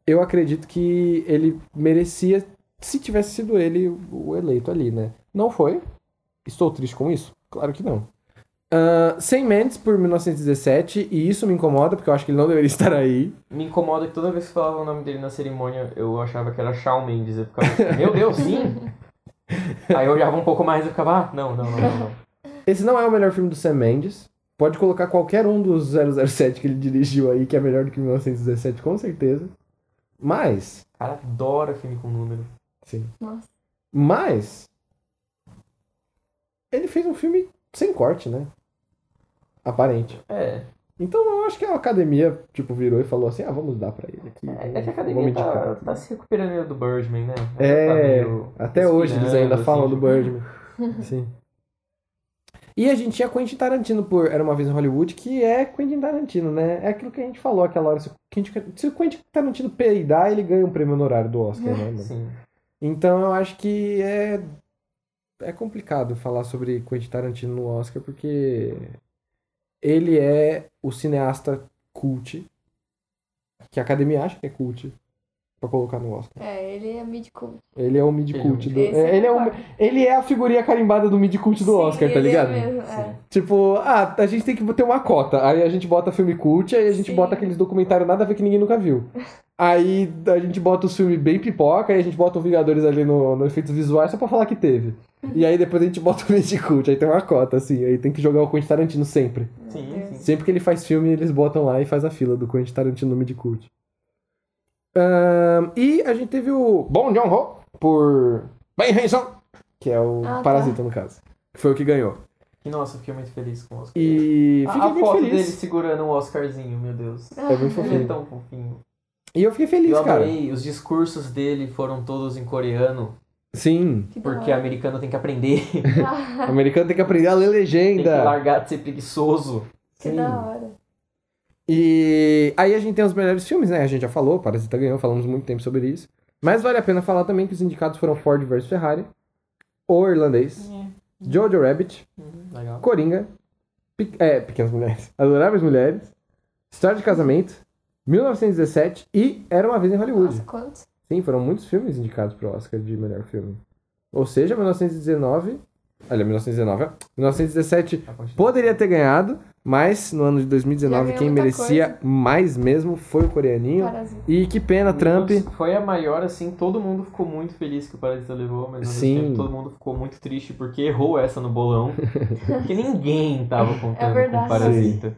Eu acredito que ele merecia, se tivesse sido ele o eleito ali, né? Não foi. Estou triste com isso? Claro que não. Uh, Sem Mendes por 1917, e isso me incomoda, porque eu acho que ele não deveria estar aí.
Me incomoda que toda vez que falava o nome dele na cerimônia, eu achava que era Shawn Mendes. Eu ficava, tipo, meu Deus, sim! Aí eu olhava um pouco mais e ficava, ah, não, não, não, não. não.
Esse não é o melhor filme do Sam Mendes. Pode colocar qualquer um dos 007 que ele dirigiu aí, que é melhor do que 1917, com certeza. Mas,
O cara adora filme com número.
sim.
Nossa.
Mas ele fez um filme sem corte, né? Aparente.
É,
Então eu acho que a academia, tipo, virou e falou assim, ah, vamos dar pra ele aqui.
é que a
vamos
academia tá,
indicar.
tá se recuperando ainda do Birdman, né? Ela tá
É,
meio
até hoje eles
respirando,
ainda
assim,
falam do
tipo,
Birdman. Sim. E a gente tinha Quentin Tarantino por Era Uma Vez em Hollywood, que é Quentin Tarantino, né? É aquilo que a gente falou aquela hora. Se o Quentin, se o Quentin Tarantino peidar, ele ganha um prêmio honorário do Oscar, né? mano?
Sim.
Então eu acho que é é complicado falar sobre Quentin Tarantino no Oscar porque ele é o cineasta cult que a academia acha que é cult pra colocar no Oscar.
É, ele é mid-cult.
Ele é o mid
Ele é é o
cult
mid-
do é, ele é o, ele é a figurinha carimbada do mid cult do Oscar,
é
tá ligado?
Sim.
Tipo, ah, a gente tem que ter uma cota. Aí a gente bota filme cult, aí a gente
Sim.
bota aqueles documentários nada a ver que ninguém nunca viu. Aí a gente bota os filmes bem pipoca, aí a gente bota o Vingadores ali no, no efeitos visuais só pra falar que teve. E aí depois a gente bota o Mid Cult, aí tem uma cota, assim, aí tem que jogar o Quentin Tarantino sempre.
Sim, sim.
Sempre que ele faz filme, eles botam lá e faz a fila do Quentin Tarantino no Mid Cult. Ahn, e a gente teve o Bom John Ho por Ben Hanson, que é o
Ah, tá.
Parasita, no caso. Que foi o que ganhou.
E, nossa, eu fiquei muito feliz com o Oscar.
E
A-
fiquei
a
muito
foto
feliz.
dele segurando o Oscarzinho, meu Deus.
É
muito
Ah,
Ele
Fofinho.
é tão fofinho.
E eu fiquei feliz,
Eu
cara.
adorei, os discursos dele foram todos em coreano,
Sim.
que da
porque
hora.
americano tem que aprender,
O americano tem que aprender a ler
tem que
legenda.
largar de ser preguiçoso.
Que
Sim.
da hora.
E aí a gente tem os melhores filmes, né? A gente já falou, Parasita ganhou, falamos muito tempo sobre isso. Mas vale a pena falar também que os indicados foram Ford vs Ferrari, O Irlandês, Jojo Rabbit,
Uhum, Legal.
Coringa, Pe- é, Pequenas Mulheres, Adoráveis Mulheres, História de Casamento, 1917 e Era Uma Vez em Hollywood.
Nossa, quantos?
Sim, foram muitos filmes indicados pro Oscar de melhor filme. Ou seja, 1919... Olha, 1919, ó. 1917
Tá, continua.
Poderia ter ganhado, mas no ano de 2019
Já ganhou
quem
muita
merecia mais mesmo foi o coreaninho.
Parasita.
E que pena, Trump.
Nossa, Foi a maior, assim, todo mundo ficou muito feliz que o Parasita levou, mas ao mesmo
Sim.
tempo, todo mundo ficou muito triste porque errou essa no bolão. porque ninguém tava
É
contando com
verdade.
o Parasita.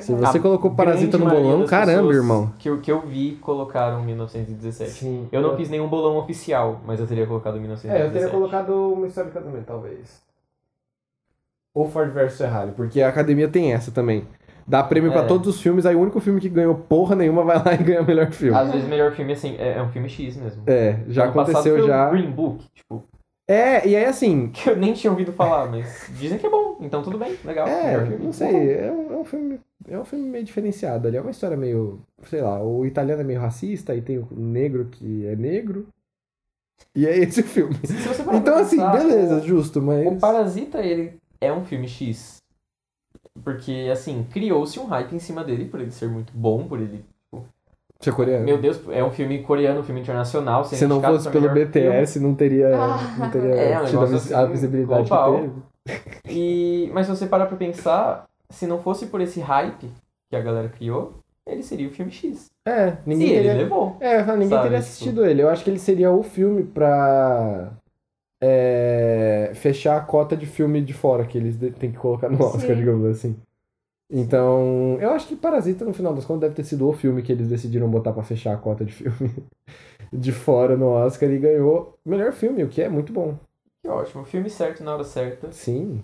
Se
Verdade.
você
A
colocou parasita no
grande maioria
bolão,
das
caramba,
pessoas
irmão.
Que, eu- que eu vi colocaram 1917. Eu não fiz nenhum bolão oficial, mas eu teria colocado
É,
1917.
uma história um, também, talvez. Ou Ford versus Ferrari, porque a academia tem essa também. Dá prêmio pra
É.
todos os filmes, aí o único filme que ganhou porra nenhuma vai lá e ganha melhor filme.
Às vezes, melhor filme assim, é, é um filme X mesmo.
É, já
Ah, Ano passado
aconteceu
foi o
já.
Green Book, tipo,
É, e aí assim.
que eu nem tinha ouvido falar, mas dizem que é bom, então tudo bem, legal.
É,
melhor filme.
não sei, é um, é um filme. É um filme meio diferenciado ali. É uma história meio. Sei lá, o italiano é meio racista e tem o negro que é negro. E é esse o filme.
Se você parar pra
Então, assim,
pensar,
beleza, justo, mas.
O Parasita, ele é um filme X. Porque, assim, criou-se um hype em cima dele, por ele ser muito bom, por ele.
Você é coreano?
Meu Deus, é um filme coreano, um filme internacional. sendo
Se não
indicado
fosse
pra
pelo
melhor
BTS, não teria,
Ah.
não teria
É, um
tido a,
negócio
vis- a
assim,
visibilidade
global.
que teve.
filme. E... Mas se você parar pra pensar, se não fosse por esse hype que a galera criou, ele seria o filme X.
É, ninguém
e
teria.
ele levou.
É, não, ninguém
Sabe,
teria
tipo-
assistido ele. Eu acho que ele seria o filme pra é, fechar a cota de filme de fora que eles de- têm que colocar no Oscar,
Sim.
digamos assim. Então, eu acho que Parasita, no final das contas, deve ter sido o filme que eles decidiram botar pra fechar a cota de filme de fora no Oscar e ganhou melhor filme, o que é muito bom.
Que ótimo. Filme certo na hora certa.
Sim,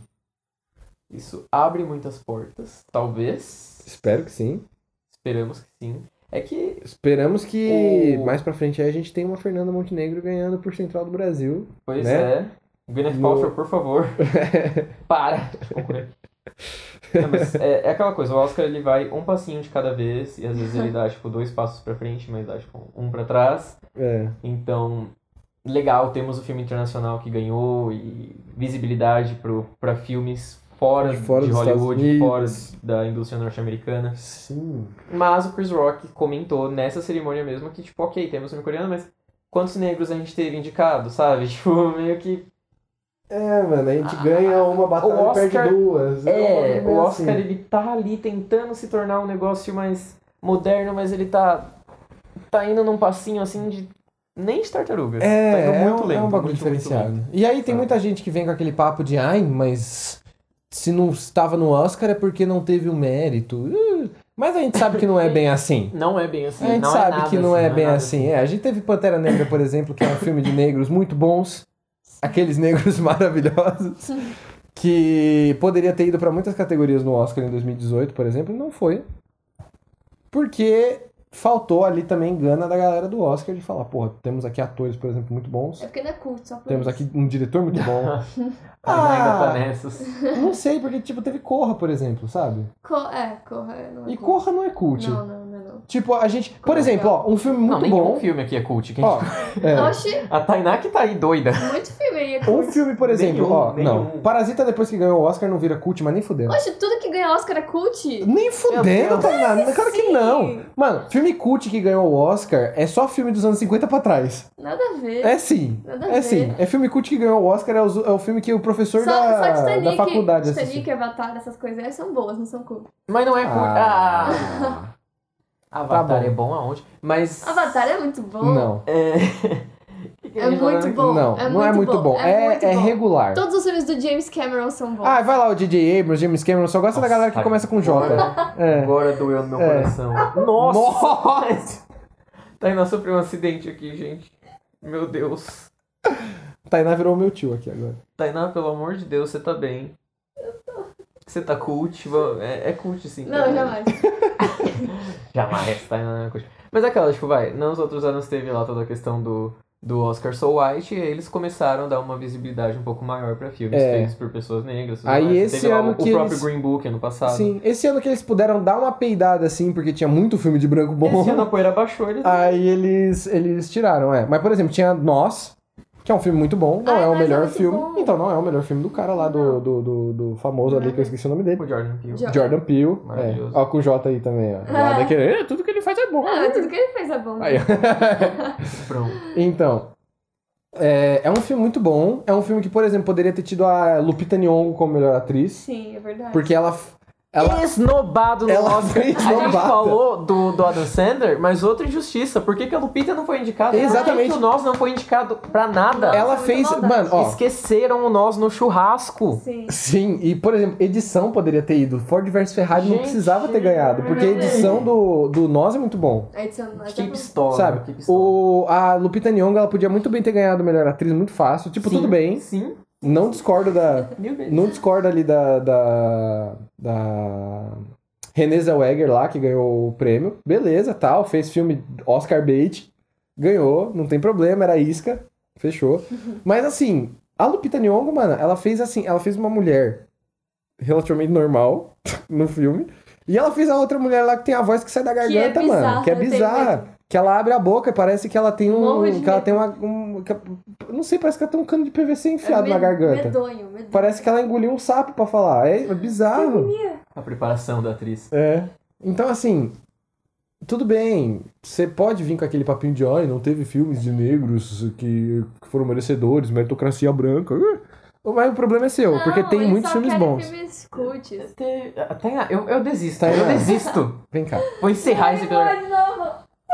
Isso abre muitas portas. Talvez.
espero que sim.
Esperamos que sim. É que
Esperamos que
O-
mais pra frente aí a gente tenha uma Fernanda Montenegro ganhando por Central do Brasil.
Pois
né?
é. Gwyneth
No-
Paltrow, por favor, para de concorrer. Não, mas é, é aquela coisa, o Oscar ele vai um passinho de cada vez, e às vezes ele dá, tipo, dois passos pra frente, mas dá, tipo, um pra trás.
É,
Então, legal, temos o filme internacional que ganhou, e visibilidade pro, pra filmes fora
De
de,
fora dos
Hollywood,
Estados
fora
Unidos.
da indústria norte-americana.
sim.
Mas o Chris Rock comentou nessa cerimônia mesmo que, tipo, ok, temos filme coreano, mas quantos negros a gente teve indicado, sabe? Tipo, meio que
É, mano, a gente ganha uma batalha
Ah, o Oscar-
e perde duas.
É,
um
o
bagulho
Oscar ele tá ali tentando se tornar um negócio mais moderno, mas ele tá tá indo num passinho assim de nem de tartaruga.
É,
tá indo
é,
muito
um,
lento,
é um bagulho
muito, muito
diferenciado.
lento. Ah.
e aí tem
sabe?
muita gente que vem com aquele papo de ai, mas se não estava no Oscar é porque não teve o mérito. Uh, Mas a gente sabe que não é bem assim.
Não é bem assim,
A gente
não é
sabe
nada
que não
assim,
é bem
nada
assim. É, a gente teve Pantera Negra, por exemplo, que é um filme de negros muito bons. Aqueles negros maravilhosos. Que poderia ter ido pra muitas categorias no Oscar em 2018, por exemplo, e não foi. Porque faltou ali também gana da galera do Oscar de falar, porra, temos aqui atores, por exemplo, muito
É
bons.
porque não é curto, só por
Ah, Temos
isso.
aqui um diretor muito bom.
Mas ainda tá
Ah!
nessas.
não sei, porque, tipo, teve Corra, por exemplo, sabe?
Co- é, corra. Não é
E
curto.
Corra não é cult.
Não, não, não. não.
Tipo, a gente... Por exemplo, ó, um filme
Não,
muito
nenhum
bom...
filme aqui é cult. que a
Ó,
gente-
é.
Oxi,
A Tainá que tá aí doida.
muito filme aí. é curto.
Um filme, por exemplo,
Nenhum,
ó, não.
nenhum.
Parasita, depois que ganhou o Oscar, não vira cult, mas nem fudendo.
Oxi, tudo que ganha Oscar é cult?
Nem fudendo,
Deus.
Tainá. Claro que
sim.
não. Mano, filme cult que ganhou o Oscar é só filme dos anos 50 pra trás.
Nada a ver.
É sim.
Nada a
É
ver.
sim. É filme cult que ganhou o Oscar, é o, é o filme que o professor
Só,
da,
só Titanic,
da faculdade
Titanic,
assistiu.
Avatar, essas coisas aí são boas, não são cult.
Mas não é cult. Ah,
Ah, Tá
Avatar
bom.
é bom aonde? Mas.
Avatar é muito bom.
não.
É.
É muito bom.
não,
é
não é muito bom. É,
muito
é
bom.
regular.
Todos os filmes do James Cameron são bons.
Ah, vai lá o DJ Abrams, James Cameron, só gosta da
Nossa,
galera que
cara.
começa com J. É.
Agora doeu no meu
É.
coração. Nossa! Tainá sofreu um acidente aqui, gente. Meu Deus.
Tainá virou meu tio aqui agora.
Tainá, pelo amor de Deus, você tá bem. Você tá cult? va- É, é cult, sim.
não,
Tainá.
jamais.
Jamais, Tainá não é cult. Mas é aquela, tipo, vai, nos outros anos teve lá toda a questão do, do Oscar So White, e aí eles começaram a dar uma visibilidade um pouco maior pra filmes
É.
feitos por pessoas negras. tudo
Aí
mais.
esse
teve lá
ano
o,
que
o próprio
eles-
Green Book ano passado.
Sim, esse ano que eles puderam dar uma peidada assim, porque tinha muito filme de branco bom.
Esse ano a poeira baixou, eles
Aí eles, eles tiraram, é. Mas, por exemplo, tinha Nós, que é um filme muito bom, não
Ai,
é o
Nós é
melhor
muito
filme.
bom.
Então, não é o melhor filme do cara lá, do,
Não.
do, do, do famoso ali, que eu esqueci o nome dele.
o Jordan Peele.
Jo-
Jordan Peele. É.
Maravilhoso.
Ó, com o J aí também, ó. Lá daquele, "É, tudo que ele faz é bom.
Ah, mas tudo que ele fez é bom.
Aí, ó.
Pronto.
então, é, é um filme muito bom. É um filme que, por exemplo, poderia ter tido a Lupita Nyong'o como melhor atriz.
Sim, é verdade.
Porque ela... ela
Esnobado no
Ela
Oscar.
foi
A gente
esnobada.
falou do, do Adam Sandler, mas outra injustiça. Por que, que a Lupita não foi indicada? Por
Exatamente.
que que o Nós não foi indicado pra nada?
ela
muita
fez...
maldade.
Mano, ó...
Esqueceram o Nós no churrasco.
Sim.
Sim, e por exemplo, edição poderia ter ido. Ford versus Ferrari não
Gente,
precisava ter ganhado, porque a
verdade.
edição do, do Nós é muito bom.
A edição não é
Que
tão-
pistola.
sabe?
Que pistola.
O, a Lupita Nyong'o, ela podia muito bem ter ganhado melhor atriz, muito fácil. Tipo,
Sim,
tudo bem.
Sim.
Não discordo da.
Mil vezes.
Não discordo ali da. Da. da René Zellweger lá, que ganhou o prêmio. Beleza, tal. Fez filme Oscar bait. Ganhou, não tem problema, era isca. Fechou.
Uhum.
Mas assim, a Lupita Nyong'o, mano, ela fez assim, ela fez uma mulher relativamente normal no filme. E ela fez a outra mulher lá que tem a voz que sai da
é
garganta, mano.
bizarra,
Que é
eu tenho
bizarra.
medo.
Que ela abre a boca e parece que ela tem um.
Morro de
Que ela
medo.
tem uma. um- que- não sei, parece que ela tem um cano de PVC enfiado
É
na
med-
garganta.
Medonho, medonho.
Parece que ela engoliu um sapo pra falar. É bizarro.
A preparação da atriz.
É. Então, assim, tudo bem. Você pode vir com aquele papinho de, ai, não teve filmes de negros que que foram merecedores, meritocracia branca. Uh, Mas o problema é seu,
Não,
porque tem
eles
muitos
só
filmes
querem
bons.
Filmes cults.
Até, até- eu, eu desisto,
Tá
eu
errado.
desisto.
Vem cá.
Vou encerrar esse
Ele
programa.
morre de novo.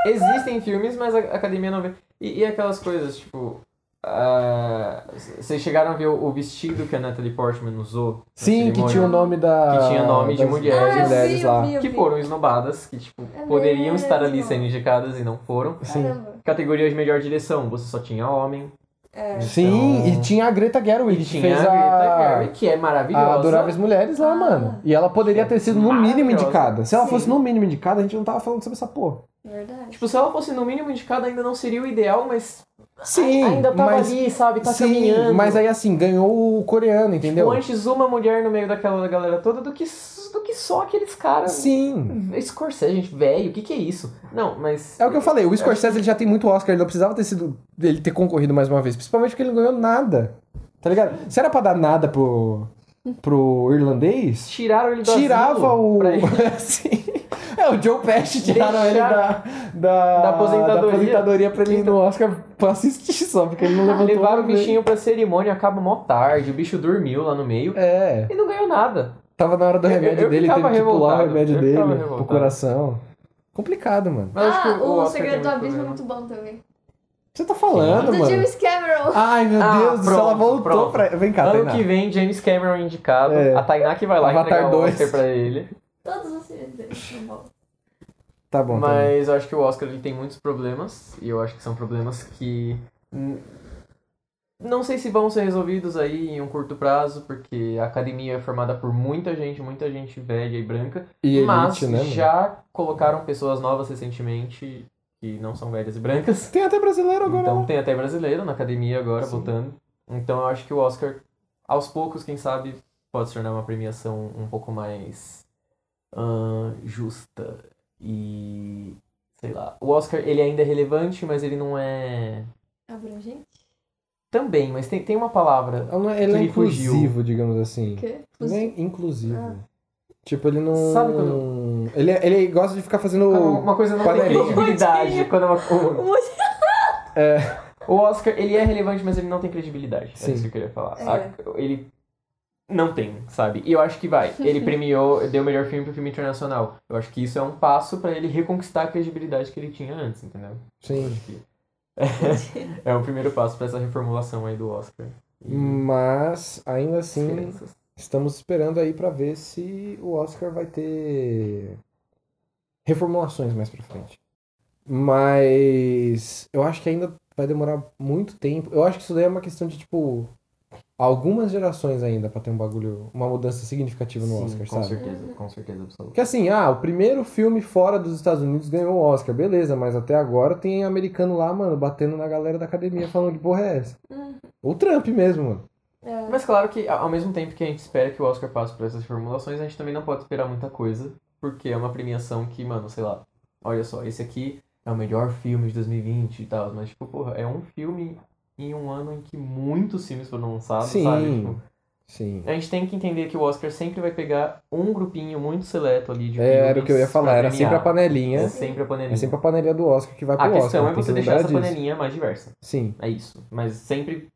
Existem filmes, mas a a academia não vê. E, e aquelas coisas, tipo. ah, c- Vocês chegaram a ver o, o vestido que a Natalie Portman usou? na
Sim, que
cerimônia?
tinha o nome da.
Que tinha nome de
das
mulheres.
ah, eu
mulheres
vi,
É, lá.
eu vi, eu
Que
vi.
foram esnobadas, que, tipo,
É
poderiam
mesmo.
estar ali sendo indicadas e não foram.
Sim.
Caramba.
Categoria de melhor direção, você só tinha homem. Então,
É.
Sim, e tinha a Greta Gerwig,
E
que
tinha
fez
a
a.
Greta Gerwig, que é
a
maravilhosa.
Adoráveis Mulheres lá,
Ah.
mano. E ela poderia ter sido no mínimo
Maravilhosa.
indicada. Se ela
Sim.
fosse no mínimo indicada, a gente não tava falando sobre essa porra.
Verdade.
Tipo, se ela fosse no mínimo indicada, ainda não seria o ideal, mas
Sim,
ainda tava
mas,
ali, sabe? Tá
sim,
caminhando.
mas aí assim, ganhou o coreano, entendeu?
Tipo, antes uma mulher no meio daquela galera toda do que, do que só aqueles caras.
Sim.
Scorsese, gente, velho, o que que é isso? Não, mas...
É o que eu falei, o Scorsese ele já tem muito Oscar, ele não precisava ter sido ele ter concorrido mais uma vez, principalmente porque ele não ganhou nada. Tá ligado? Se era pra dar nada pro pro irlandês,
Tiraram ele do
tirava
asilo
o
pra ele-
Sim. É, o Joe Pesci tiraram ele da, da,
Da aposentadoria.
da aposentadoria pra ele ir no Oscar pra assistir só, porque ele não levantou.
Levaram o
nada.
bichinho pra cerimônia, acaba mó tarde, o bicho dormiu lá no meio
É,
e não ganhou nada.
tava na hora do
Eu- eu-
remédio
eu
dele,
ficava
teve que pular o
revoltado,
remédio
eu
dele
ficava
pro
revoltado.
coração. Complicado, mano.
Mas acho que
ah, o,
Oscar
Segredo do
tem muito
Abismo é
problema.
muito bom também.
Você tá falando,
do
mano?
James Cameron.
Ai, meu
Ah,
Deus do céu, ela
pronto,
voltou
pronto.
pra. Vem cá,
Ano
Tainá.
que vem, James Cameron indicado.
É.
A Tainá que vai lá
Avatar
entregar o
2.
Oscar pra ele.
Todos os filmes dele são bons.
Tá bom. tá bom.
Mas eu acho que o Oscar ele tem muitos problemas. E eu acho que são problemas que. hum, Não sei se vão ser resolvidos aí em um curto prazo, porque a academia é formada por muita gente, muita gente velha e branca.
E elite,
mas
né? mano?
já colocaram pessoas novas recentemente que não são velhas e brancas.
Tem até brasileiro agora.
Então
né?
tem até brasileiro na academia agora,
Sim.
voltando. Então eu acho que o Oscar, aos poucos, quem sabe, pode se tornar uma premiação um pouco mais ahn, justa. E. sei lá. O Oscar, ele ainda é relevante, mas ele não é.
Abrangente?
Também, mas tem, tem uma palavra.
Ele não é- Ele é
Ele fugiu.
inclusivo, digamos assim.
O quê?
Ele é inclusivo. Tipo, ele não.
Sabe
Ele, é- ele gosta de ficar fazendo.
Quando uma coisa não tem
Quadradinho.
credibilidade. Quando é uma- o,
Muito-
É,
o Oscar, ele é relevante, mas ele não tem credibilidade.
Sim.
É isso que eu queria falar.
É.
A- ele não tem, sabe? E eu acho que vai. Ele premiou, deu o melhor filme pro filme internacional. Eu acho que isso é um passo pra ele reconquistar a credibilidade que ele tinha antes, entendeu?
Sim.
É o primeiro passo pra essa reformulação aí do Oscar. E
Mas, ainda assim,
esperanças.
estamos esperando aí pra ver se o Oscar vai ter reformulações mais pra frente. Mas eu acho que ainda vai demorar muito tempo. Eu acho que isso daí é uma questão de, tipo, algumas gerações ainda pra ter um bagulho, uma mudança significativa no
Sim,
Oscar,
com
sabe?
certeza, com certeza absoluta.
Porque assim, ah, o primeiro filme fora dos Estados Unidos ganhou o Oscar, beleza, mas até agora tem americano lá, mano, batendo na galera da academia falando que porra é essa.
Uhum.
O Trump mesmo, mano.
É.
Mas claro que ao ao mesmo tempo que a gente espera que o Oscar passe por essas formulações, a gente também não pode esperar muita coisa, porque é uma premiação que, mano, sei lá, olha só, esse aqui é o melhor filme de 2020 e tal, mas tipo, porra, é um filme em um ano em que muitos filmes foram lançados,
Sim.
sabe? Tipo,
Sim.
a gente tem que entender que o Oscar sempre vai pegar um grupinho muito seleto ali de
É, era o que eu ia
filmes
falar,
pra
era sempre a
premiar.
panelinha.
É sempre a panelinha.
É sempre a panelinha do Oscar que vai pro
A
Oscar.
questão
né? tem
é
que
você deixar
lembrar
essa
disso.
panelinha mais diversa.
Sim.
É isso. Mas sempre.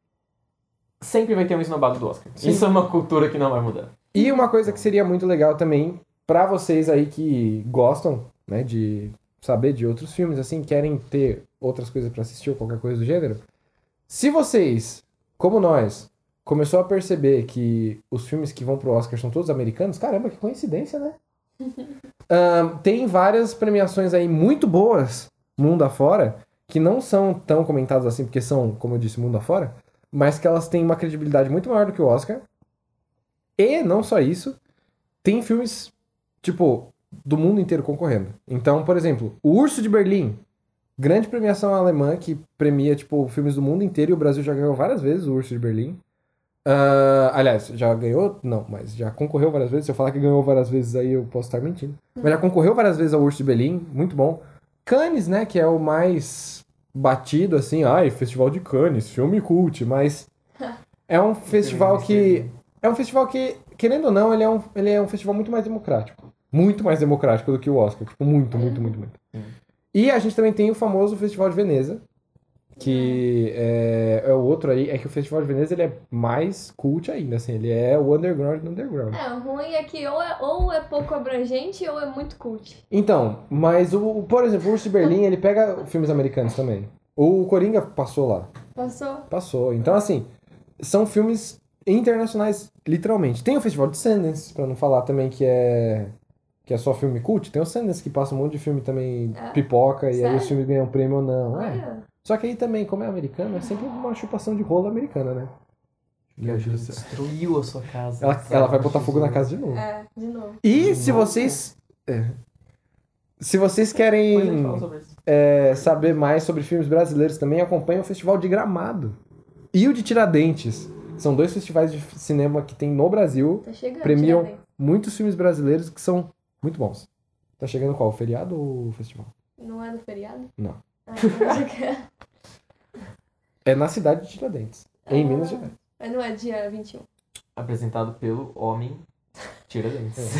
Sempre vai ter um esnobado do Oscar.
Sim.
Isso é uma cultura que não vai mudar.
E uma coisa que seria muito legal também, pra vocês aí que gostam, né, de saber de outros filmes, assim, querem ter outras coisas pra assistir ou qualquer coisa do gênero, se vocês, como nós, começou a perceber que os filmes que vão pro Oscar são todos americanos, caramba, que coincidência, né? Ahn, tem várias premiações aí muito boas, mundo afora, que não são tão comentadas assim, porque são, como eu disse, mundo afora, mas que elas têm uma credibilidade muito maior do que o Oscar. E não só isso, tem filmes, tipo, do mundo inteiro concorrendo. Então, por exemplo, O Urso de Berlim, grande premiação alemã que premia, tipo, filmes do mundo inteiro e o Brasil já ganhou várias vezes O Urso de Berlim. Ah, aliás, já ganhou? Não, mas já concorreu várias vezes. Se eu falar que ganhou várias vezes aí, eu posso estar mentindo. Mas já concorreu várias vezes ao Urso de Berlim, muito bom. Cannes, né, que é o mais batido, assim, ai, Festival de Cannes, filme cult, mas é um festival que... É um festival que, querendo ou não, ele é um, ele é um festival muito mais democrático. Muito mais democrático do que o Oscar. Tipo, muito, muito, muito, muito.
Sim.
E a gente também tem o famoso Festival de Veneza, que é, é o outro aí. É que o Festival de Veneza ele é mais cult ainda, assim. Ele é o underground do underground.
É, o ruim é que ou é, ou é pouco abrangente ou é muito cult.
Então, mas o, por exemplo, o Urso de Berlim, ele pega filmes americanos também. O Coringa passou lá.
Passou?
Passou. Então, assim, são filmes internacionais, literalmente. Tem o Festival de Sundance, pra não falar também que é que é só filme cult. Tem o Sundance que passa um monte de filme também
É?
pipoca e aí
Sério?
os filmes ganham prêmio ou não. É.
Olha.
Só que aí também, como é americano, é sempre uma chupação de rolo americana, né? Meu Deus do céu.
Destruiu a sua casa.
Ela, ela vai botar fogo na casa de novo.
É, de novo.
E se
Nossa.
vocês. é. Se vocês
Depois a gente fala
querem
sobre isso.
é, saber mais sobre filmes brasileiros também, acompanhem o Festival de Gramado e o de Tiradentes. São dois festivais de cinema que tem no Brasil
Tá chegando.
Premiam.
já vem.
muitos filmes brasileiros que são muito bons. Tá chegando qual? O feriado ou o festival?
Não é do feriado?
Não.
Ah, não sei o que.
É na cidade de Tiradentes, em
Ah.
Minas Gerais.
Mas não é dia 21.
Apresentado pelo homem Tiradentes.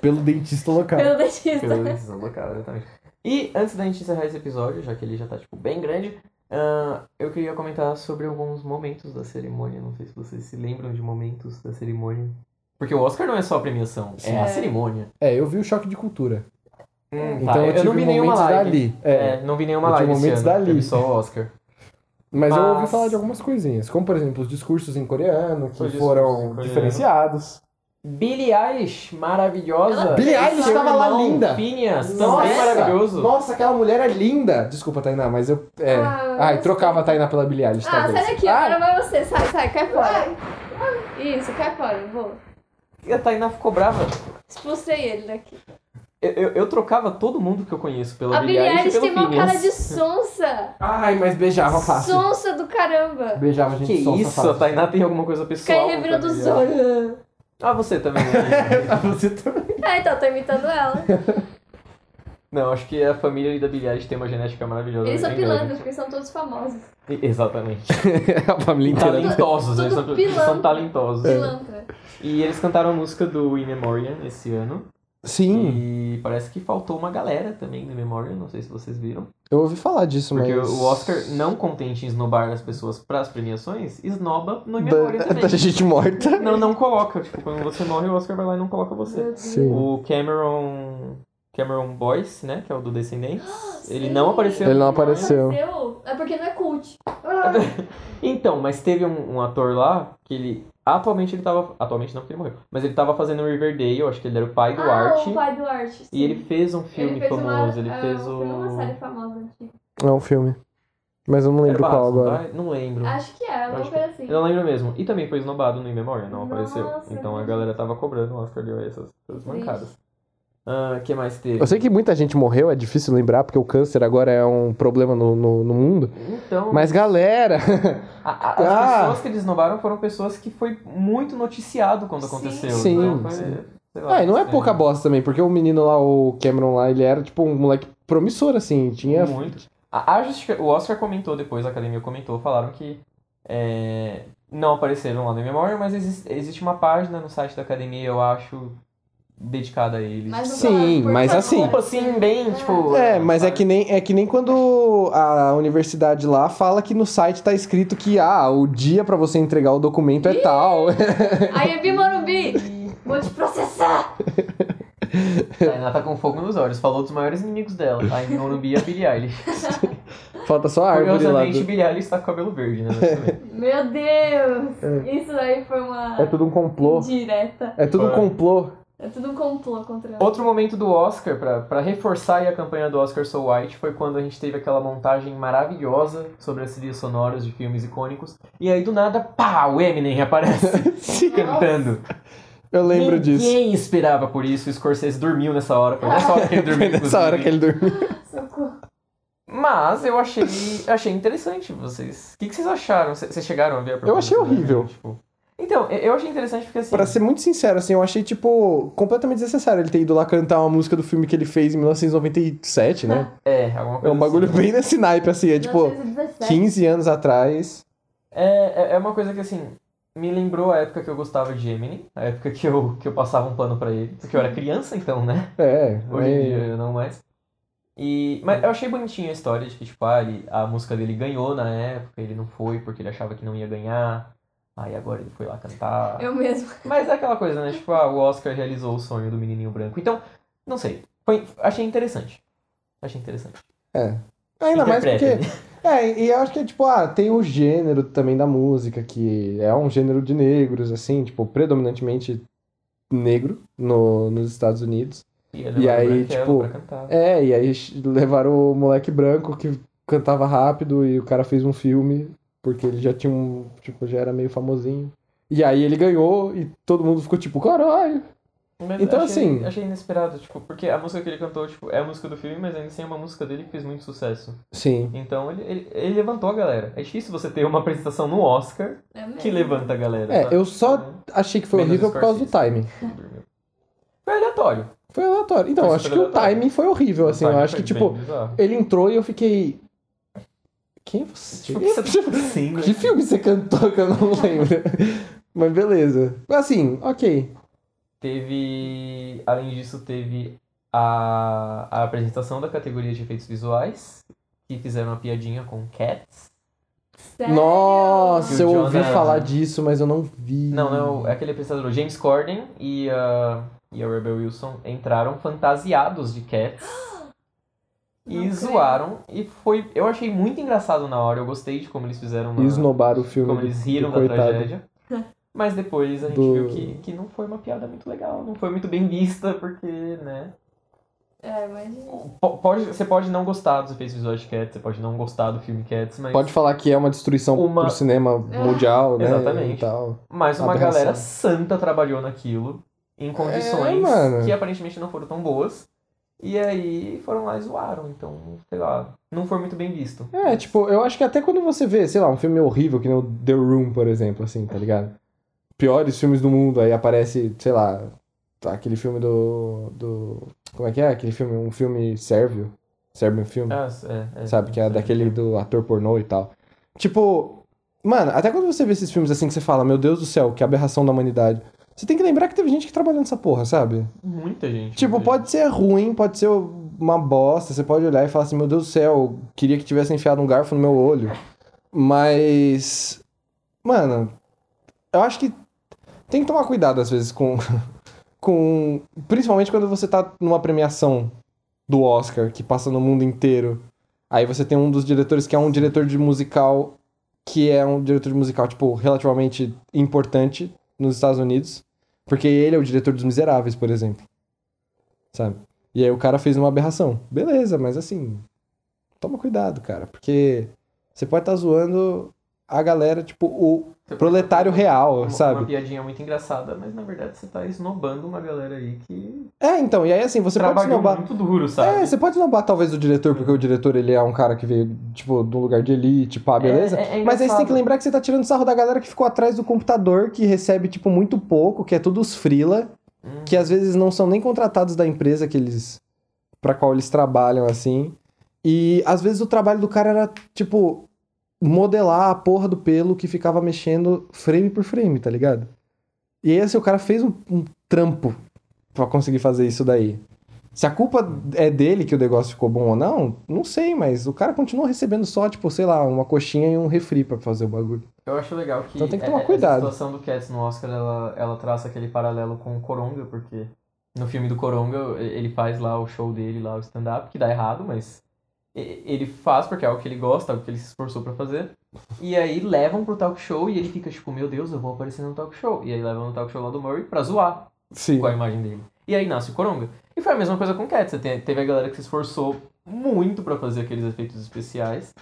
Pelo dentista local.
Pelo dentista.
Pelo decisão do cara, exatamente. E antes da gente encerrar esse episódio, já que ele já tá, tipo, bem grande, ah, eu queria comentar sobre alguns momentos da cerimônia. Não sei se vocês se lembram de momentos da cerimônia. Porque o Oscar não é só a premiação,
Sim.
é a
É.
cerimônia.
É, eu vi o choque de cultura.
Hum,
Então
tá,
eu tive
não vi nenhuma
momentos
live.
dali. É.
É, não vi nenhuma
Eu tive
live esse
momentos
ano.
dali.
Teve só o Oscar.
Mas, eu ouvi
Mas-
falar de algumas coisinhas, como por exemplo os discursos em coreano, que
Os discursos em
foram
coreano.
diferenciados.
Billie Eilish, maravilhosa.
Ela-
Billie Eilish
Seu
tava lá
irmão,
linda.
Phineas, também
Nossa!
maravilhoso.
Nossa, aquela mulher é linda! Desculpa, Tainá, mas eu. É.
Ah,
Ai,
eu
trocava a Tainá pela Billie Eilish,
Ah,
talvez.
sai daqui,
Ai,
agora vai você. Sai, sai, cai fora. Isso, cai fora, vou.
E a Tainá ficou brava.
Expulsei ele daqui.
Eu, eu, eu trocava todo mundo que eu conheço pela
A Billie Eilish
e
tem
pelo
uma cara
Phineas.
de sonsa.
Ai, mas beijava Tá fácil.
Sonsa do caramba.
Beijava a gente
Que
sonsa
isso, a
fácil.
Tainá tem alguma coisa pessoal.
Cai revirou do
com a Billie Eilish.
Zorro.
Ah, você também. né?
Ah, Você também.
Ah, então tá imitando ela.
Não, acho que a família ali da Billie Eilish tem uma genética maravilhosa.
Eles são
é bem grande.
pilantras, porque são todos famosos.
E- Exatamente.
a família inteira.
talentosos,
Tudo
eles são, eles
pilantra. É.
são talentosos.
Pilantra.
E eles cantaram a música do In Memoriam esse ano.
Sim,
E parece que faltou uma galera também do In Memoriam, não sei se vocês viram.
eu ouvi falar disso,
Porque
mas.
o Oscar, não contente em esnobar as pessoas pras premiações, esnoba no In Memoriam
Da, da
também.
Tá, gente morta.
Não, não coloca. Tipo, quando você morre, o Oscar vai lá e não coloca você.
Meu Deus.
Sim.
O Cameron. Cameron Boyce, né? Que é o do Descendentes. ele
Ah, sim.
não apareceu.
Ele não
no
apareceu.
final.
Apareceu? É porque não é cult. Ah,
Então, mas teve um, um ator lá que ele. Atualmente ele tava. Atualmente não, porque ele morreu. Mas ele tava fazendo Riverdale, eu acho que ele era o pai do Art.
Ah, o pai do Art. sim.
E ele fez um filme
Ele fez
famoso.
uma,
ele
ah,
fez
foi
o.
uma série famosa antiga.
É um filme. Mas eu não
Era
lembro qual
Batman,
agora.
vai? Não lembro.
Acho que é, alguma
Acho que-
coisa assim.
Eu não lembro mesmo. E também foi esnobado no In Memoriam, não
Nossa,
apareceu. Então a
gente.
galera tava cobrando o Oscar deu essas, essas
Triste.
mancadas. O que mais teve?
Eu sei que muita gente morreu, é difícil lembrar, porque o câncer agora é um problema no, no, no mundo.
Então.
Mas galera,
A- a- as
Ah.
pessoas que eles nobaram foram pessoas que foi muito noticiado quando
Sim.
aconteceu.
Sim,
então foi,
sim.
sei lá,
ah, e não é
né?
pouca bosta também, porque o menino lá, o Cameron lá, ele era tipo um moleque promissor, assim, tinha...
Muito. A, a justifica- O Oscar comentou depois, a academia comentou, falaram que é, não apareceram lá no memória, mas existe, existe uma página no site da academia, eu acho, dedicada a eles.
Mas não
Sim,
falaram, por
mas
favor.
assim-
Desculpa, assim, bem,
É.
tipo.
É, mas é que, nem, é que nem quando a universidade lá fala que no site tá escrito que, ah, o dia pra você entregar o documento é tal.
Aí é Morumbi, vou te processar.
A Tainá tá com fogo nos olhos, falou dos maiores inimigos dela, a Inunubi e a Billie Eilish.
Falta só a árvore lá.
Curiosamente,
do-
Billie Eilish tá com cabelo verde, né? mas tudo bem.
Meu Deus.
É.
Isso daí foi uma
É tudo um complô.
direta.
É tudo um
Foi.
complô.
É tudo um complô contra ela.
Outro momento do Oscar, pra, pra reforçar aí a campanha do Oscar So White, foi quando a gente teve aquela montagem maravilhosa sobre as trilhas sonoras de filmes icônicos. E aí, do nada, pá, o Eminem aparece
Sim.
cantando.
Eu lembro
Ninguém
disso.
esperava por isso, o Scorsese dormiu nessa hora. Foi nessa hora que ele dormiu.
Nessa hora que ele dormiu.
Socorro.
Mas eu achei, achei interessante vocês. O que, que vocês acharam? C- Vocês chegaram a ver a
Eu achei
propaganda,
horrível.
né? Tipo, Então, eu- eu achei interessante porque assim.
Pra ser muito sincero, assim, eu achei, tipo, completamente desnecessário ele ter ido lá cantar uma música do filme que ele fez em 1997, né?
É, alguma
É
coisa
um bagulho
assim.
bem nesse naipe, assim, é tipo,
1917.
15 anos atrás.
É, é, é uma coisa que assim. Me lembrou a época que eu gostava de Gemini, a época que eu, que eu passava um pano pra ele. Porque eu era criança então, né?
É,
Hoje em
é-
dia não mais. E, mas eu achei bonitinha a história de que, tipo, ah, ele- a música dele ganhou na época, ele não foi porque ele achava que não ia ganhar. Aí agora ele foi lá cantar.
Eu mesmo.
Mas é aquela coisa, né? Tipo, ah, o Oscar realizou o sonho do menininho branco. Então, não sei. Foi- achei interessante. Achei interessante.
Ainda mais porque.
Interpretem.
É, e eu acho que é tipo, ah, tem o gênero também da música, que é um gênero de negros, assim, tipo, predominantemente negro no, nos Estados Unidos.
levar
E
o
aí,
branquelo
tipo,
pra cantar.
É, e aí levaram o moleque branco que cantava rápido e o cara fez um filme, porque ele já tinha um. Tipo, já era meio famosinho. E aí ele ganhou e todo mundo ficou tipo, caralho.
Mas
então,
achei-
assim-
Achei inesperado, tipo, porque a música que ele cantou, tipo, é a música do filme, mas ainda assim é uma música dele que fez muito sucesso.
Sim.
Então ele, ele, ele levantou a galera. É difícil você ter uma apresentação no Oscar
É
que
mesmo.
levanta a galera.
É,
sabe?
eu só
Então,
achei que foi
Menos
horrível por causa do
Scorsese.
timing.
dormiu. Foi aleatório.
Foi aleatório. Então,
Foi
eu acho
super
que o
aleatório.
timing foi horrível, assim.
O
Eu
timing
acho que,
foi
tipo,
bem bizarro.
Ele entrou e eu fiquei. Quem é você?
Tipo, o que você tá fazendo?
Que filme você cantou que eu não lembro? Mas beleza. Assim, ok.
Teve. Além disso, teve a, a apresentação da categoria de efeitos visuais, que fizeram uma piadinha com Cats.
Sério?
Nossa,
Que o
eu
John
ouvi
era-
falar disso, mas eu não vi.
Não, não, é aquele apresentador. James Corden e a, e a Rebel Wilson entraram fantasiados de Cats. E
Não creio.
zoaram. E foi. Eu achei muito engraçado na hora. Eu gostei de como eles fizeram na,
E esnobar o filme.
como
do-
eles riram
do
da
coitado.
tragédia. Mas depois a gente
Do-
viu que, que não foi uma piada muito legal, não foi muito bem vista, porque, né?
É, imagina.
po- Pode, você pode não gostar dos efeitos visuais de Cats, você pode não gostar do filme Cats, mas,
Pode falar que é uma destruição
Uma- É,
pro cinema mundial, né?
Exatamente.
E tal.
mas uma
aberração.
galera santa trabalhou naquilo em condições
É, mano.
que aparentemente não foram tão boas. E aí foram lá e zoaram, então, sei lá, não foi muito bem visto.
É, tipo, eu acho que até quando você vê, sei lá, um filme horrível, que nem o The Room, por exemplo, assim, tá ligado? Piores filmes do mundo, aí aparece, sei lá, tá, aquele filme do, do. Como é que é? Aquele filme, um filme sérvio. Sérvio filme,
Ah, é, é,
sabe? Que é
sim.
daquele do ator pornô e tal. Tipo, mano, até quando você vê esses filmes assim que você fala, meu Deus do céu, que aberração da humanidade. Você tem que lembrar que teve gente que trabalhou nessa porra, sabe?
é Muita gente.
Tipo,
muita
pode ser ruim, pode ser uma bosta, você pode olhar e falar assim, meu Deus do céu, queria que tivesse enfiado um garfo no meu olho. Mas. Mano, eu acho que tem que tomar cuidado às vezes com. com principalmente quando você tá numa premiação do Oscar, que passa no mundo inteiro. Aí você tem um dos diretores que é um diretor de musical, que é um diretor de musical, tipo, relativamente importante nos Estados Unidos. Porque ele é o diretor dos Miseráveis, por exemplo sabe? E aí o cara fez uma aberração. Beleza, mas assim, toma cuidado, cara, porque você pode estar zoando a galera, tipo, o
Você pode
proletário
fazer
real,
uma, Uma
sabe?
piadinha muito engraçada, mas na verdade você tá esnobando uma galera aí que
É, então, e aí assim, você pode
trabalhou
esnobar.
muito duro, sabe?
É, você pode esnobar talvez o diretor, porque o diretor ele é um cara que veio, tipo, de um lugar de elite, pá, beleza?
É- é- é
Mas aí você tem que
engraçado.
lembrar que você tá tirando sarro da galera que ficou atrás do computador, que recebe, tipo, muito pouco, que é tudo os freela,
Hum.
que às vezes não são nem contratados da empresa que eles. pra qual eles trabalham, assim. E às vezes o trabalho do cara era, tipo, modelar a porra do pelo que ficava mexendo frame por frame, tá ligado? E aí, assim, o cara fez um, um trampo pra conseguir fazer isso daí. Se a culpa é dele que o negócio ficou bom ou não, não sei, mas o cara continuou recebendo só, tipo, sei lá, uma coxinha e um refri pra fazer o bagulho.
Eu acho legal que,
Então tem que
é-
tomar
essa
cuidado.
situação do Cats no Oscar, ela, ela traça aquele paralelo com o Coronga, porque no filme do Coronga e- ele faz lá o show dele, lá o stand-up, que dá errado, mas e- ele faz porque é algo que ele gosta, algo que ele se esforçou pra fazer. E aí levam pro talk show e ele fica tipo, meu Deus, eu vou aparecer no talk show. E aí levam no talk show lá do Murray pra zoar
Sim.
com a imagem dele. E aí nasce o Coronga. E foi a mesma coisa com o Cats. Te- Teve a galera que se esforçou muito pra fazer aqueles efeitos especiais.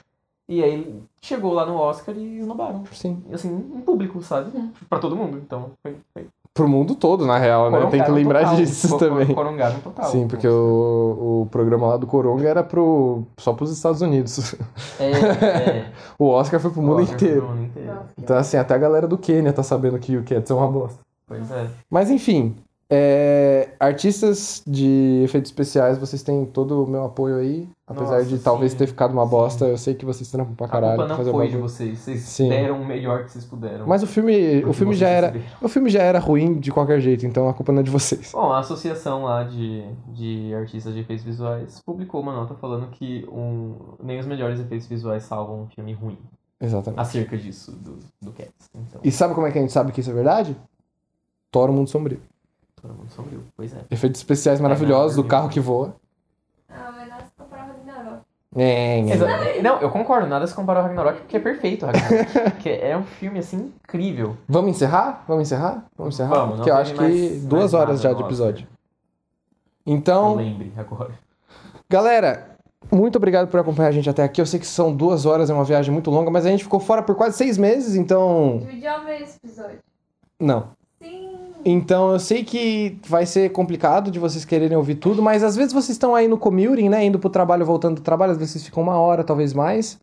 E aí chegou lá no Oscar e esnobaram.
Sim.
E, Assim, em público, sabe? Pra todo mundo. Então, foi, foi
Pro mundo todo, na real, né? Tem que
Corongaram
lembrar
total.
disso
Co-
também.
Corongaram um total.
Sim, porque o, o programa lá do Coronga era pro, só pros Estados Unidos.
É, é.
O Oscar foi pro mundo
Oscar pro
inteiro.
mundo inteiro.
Então, assim, até a galera do Quênia tá sabendo que o Cats é uma bosta.
Pois é.
Mas enfim, é, artistas de efeitos especiais, vocês têm todo o meu apoio aí. Apesar
Nossa,
de talvez
sim,
ter ficado uma
sim.
bosta, eu sei que vocês trampam pra
a
caralho.
culpa não
fazer
foi de
bagulho.
vocês. Vocês
Sim.
deram o melhor que vocês puderam.
Mas o filme, o
Porque
filme já
vocês
era,
receberam.
o filme já era ruim de qualquer jeito, então a culpa não é de vocês.
Bom, a associação lá de, de artistas de efeitos visuais publicou uma nota falando que um, nem os melhores efeitos visuais salvam um filme ruim.
Exatamente.
Acerca disso, do, do Cats. Então,
E sabe como é que a gente sabe que isso é verdade? Toro Mundo Sombrio.
todo mundo sombrio. Pois é.
Efeitos especiais maravilhosos do carro que voa.
Ah, mas nós comparava de Naruto.
É, é.
Exa- Não, eu concordo, nada se compara ao Ragnarok porque é perfeito, Ragnarok. que é um filme assim incrível.
Vamos encerrar? Vamos encerrar? Vamos encerrar?
Vamos, não
Porque eu
teve
acho que
mais-
duas horas
mais nada né?
já
no
de
Oscar.
episódio. Então,
Eu lembre agora.
Galera, muito obrigado por acompanhar a gente até aqui. Eu sei que são duas horas, é uma viagem muito longa, mas a gente ficou fora por quase seis meses, então.
Dividiu ver esse episódio.
Não.
Sim.
Então eu sei que vai ser complicado de vocês quererem ouvir tudo, mas às vezes vocês estão aí no commuting, né? Indo pro trabalho, voltando do trabalho, às vezes vocês ficam uma hora, talvez mais.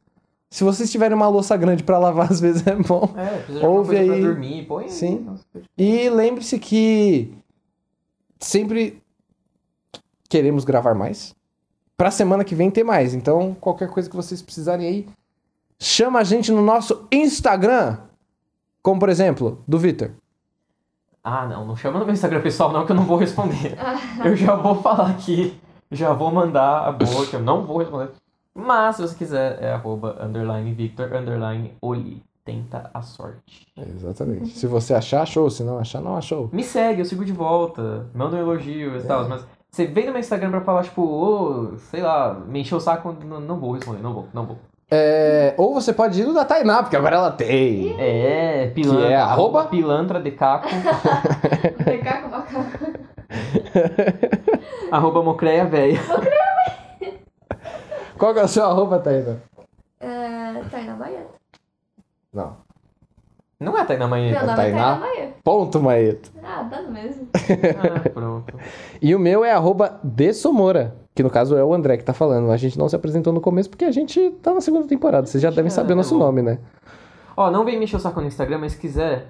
Se vocês tiverem uma louça grande pra lavar, às vezes é bom.
É, precisa de alguma
Ouve
coisa
aí.
pra dormir, põe aí.
Sim.
Nossa,
E lembre-se que sempre queremos gravar mais. Pra semana que vem ter mais. Então, qualquer coisa que vocês precisarem aí, chama a gente no nosso Instagram. Como, por exemplo, do Vitor.
Ah, não, não chama no meu Instagram pessoal, não, que eu não vou responder. eu já vou falar aqui, já vou mandar a boa, que eu não vou responder. Mas, se você quiser, é arroba, underline, Victor, underline, Oli. Tenta a sorte.
Exatamente. Se você achar, achou. Se não achar, não achou.
Me segue, eu sigo de volta, manda um elogio e
É.
tal, mas... Você vem no meu Instagram pra falar, tipo, ô, sei lá, me encheu o saco, não, não vou responder, não vou, não vou.
É, ou você pode ir no da Tainá, porque agora ela tem.
É, pilantra.
Que é arroba?
Pilantra de caco.
Pegar com o macaco.
arroba mocreia véia.
Qual que é o seu arroba, Tainá?
É, Tainá Baiana.
Não.
Não é Tainá
Meu
Manhã.
nome
Tainá?
é Tainá Baiana.
Ponto, Maeta.
Ah, dá no mesmo.
Ah, pronto.
E o meu é arroba Dessomora, que no caso é o André que tá falando. A gente não se apresentou no começo porque a gente tá na segunda temporada. Vocês já devem saber o nosso nome, né?
Ó, não vem mexer o saco no Instagram, mas se quiser,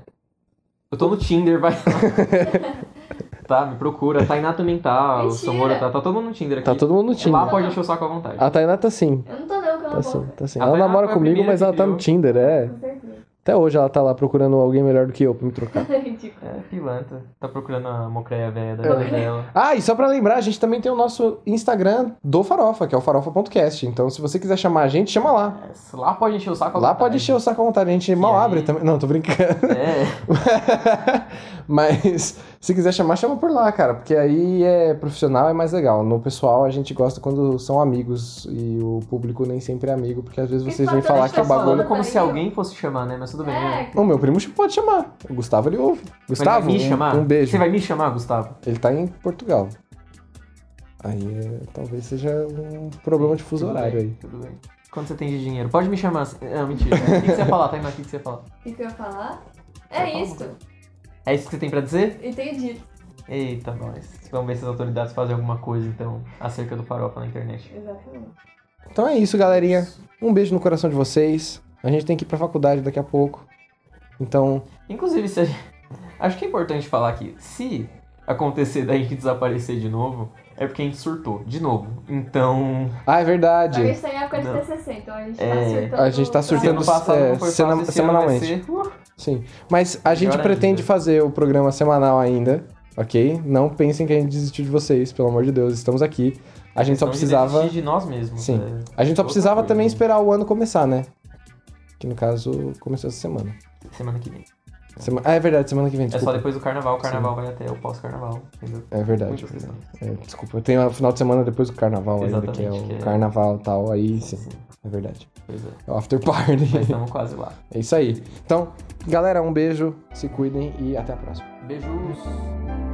eu tô no Tinder, vai lá. tá, me procura. Tainá também tá, o
Mentira.
Samora tá, tá todo mundo no Tinder aqui.
Tá todo mundo no
Lá
Tinder.
pode encher o saco à vontade.
A Tainá tá sim.
Eu não tô não, cala
Tá
a
sim,
boca.
tá sim.
A
Ela
Tainá
namora
foi a
comigo,
primeira
mas
que
ela tá no
viu.
Tinder, é.
Com certeza.
Até hoje ela tá lá procurando alguém melhor do que eu pra me trocar. Ah.
Ridículo.
É, pilantra. Tá procurando a mocreia velha da
É.
vida dela.
Ah, e só pra lembrar, a gente também tem o nosso Instagram do Farofa, que é o farofa.cast. Então, se você quiser chamar a gente, chama lá.
É, Lá pode encher o saco à
Lá
vontade.
pode encher o saco à vontade. A gente mal
tá aí?
abre também. Não, tô brincando.
É,
Mas se quiser chamar, chama por lá, cara, porque aí é profissional é mais legal. No pessoal a gente gosta quando são amigos e o público nem sempre é amigo, porque às vezes
Porque
vocês vêm
só
falar
todos
que é o
tá falando
bagulho.
como se alguém fosse chamar, né? Mas tudo bem, né?
É,
O meu primo pode chamar. O Gustavo ele ouve.
Mas vai
Gustavo,
me
um-
chamar?
um, beijo.
Você vai me chamar, Gustavo?
Ele tá em Portugal. Aí é, talvez seja um problema de fuso
Tudo
horário
bem,
aí.
Tudo bem. Quando você tem de dinheiro? Pode me chamar. assim- Não, mentira. O que que você ia falar, Tainá? O que que você ia falar?
o que que eu ia falar?
Você
É
fala,
isso.
É isso que você tem pra dizer?
Entendi.
Eita, nós. Vamos ver se as autoridades fazem alguma coisa, então, acerca do farofa na internet.
Exatamente.
Então é isso, galerinha. Um beijo no coração de vocês. A gente tem que ir pra faculdade daqui a pouco. Então,
Inclusive, se a gente... acho que é importante falar aqui. Se acontecer da gente desaparecer de novo, é porque a gente surtou. De novo. Então,
ah, é verdade.
Talvez isso aí é a coisa
Não.
de TCC, então a gente tá
É.
surtando.
A gente tá
pra-
se
surtando
ano passado
é,
não foi
sena-
fácil, esse ano vai
semanalmente.
ser- Uh,
Sim. Mas a gente
Melhor
pretende
ainda.
fazer o programa semanal ainda, ok? Não pensem que a gente desistiu de vocês, pelo amor de Deus. Estamos aqui. A gente só
então,
precisava.
desistir de nós mesmos.
Sim.
é.
A gente só
Outra
precisava
coisa,
também
né?
esperar o ano começar, né? Que no caso começou essa semana.
Semana que vem.
Sema- Ah, é verdade, semana que vem,
É só
desculpa.
depois do carnaval. O carnaval vai até o pós-carnaval. Entendeu?
É verdade.
Muitas questões.
É, desculpa, tem o final de semana depois do carnaval ainda, que é
Exatamente,
o
que é-
carnaval e tal. Aí sim,
Sim,
é verdade.
pois é.
É o after party.
Mas estamos quase lá.
É isso aí. Então, galera, um beijo, se cuidem e até a próxima.
Beijos.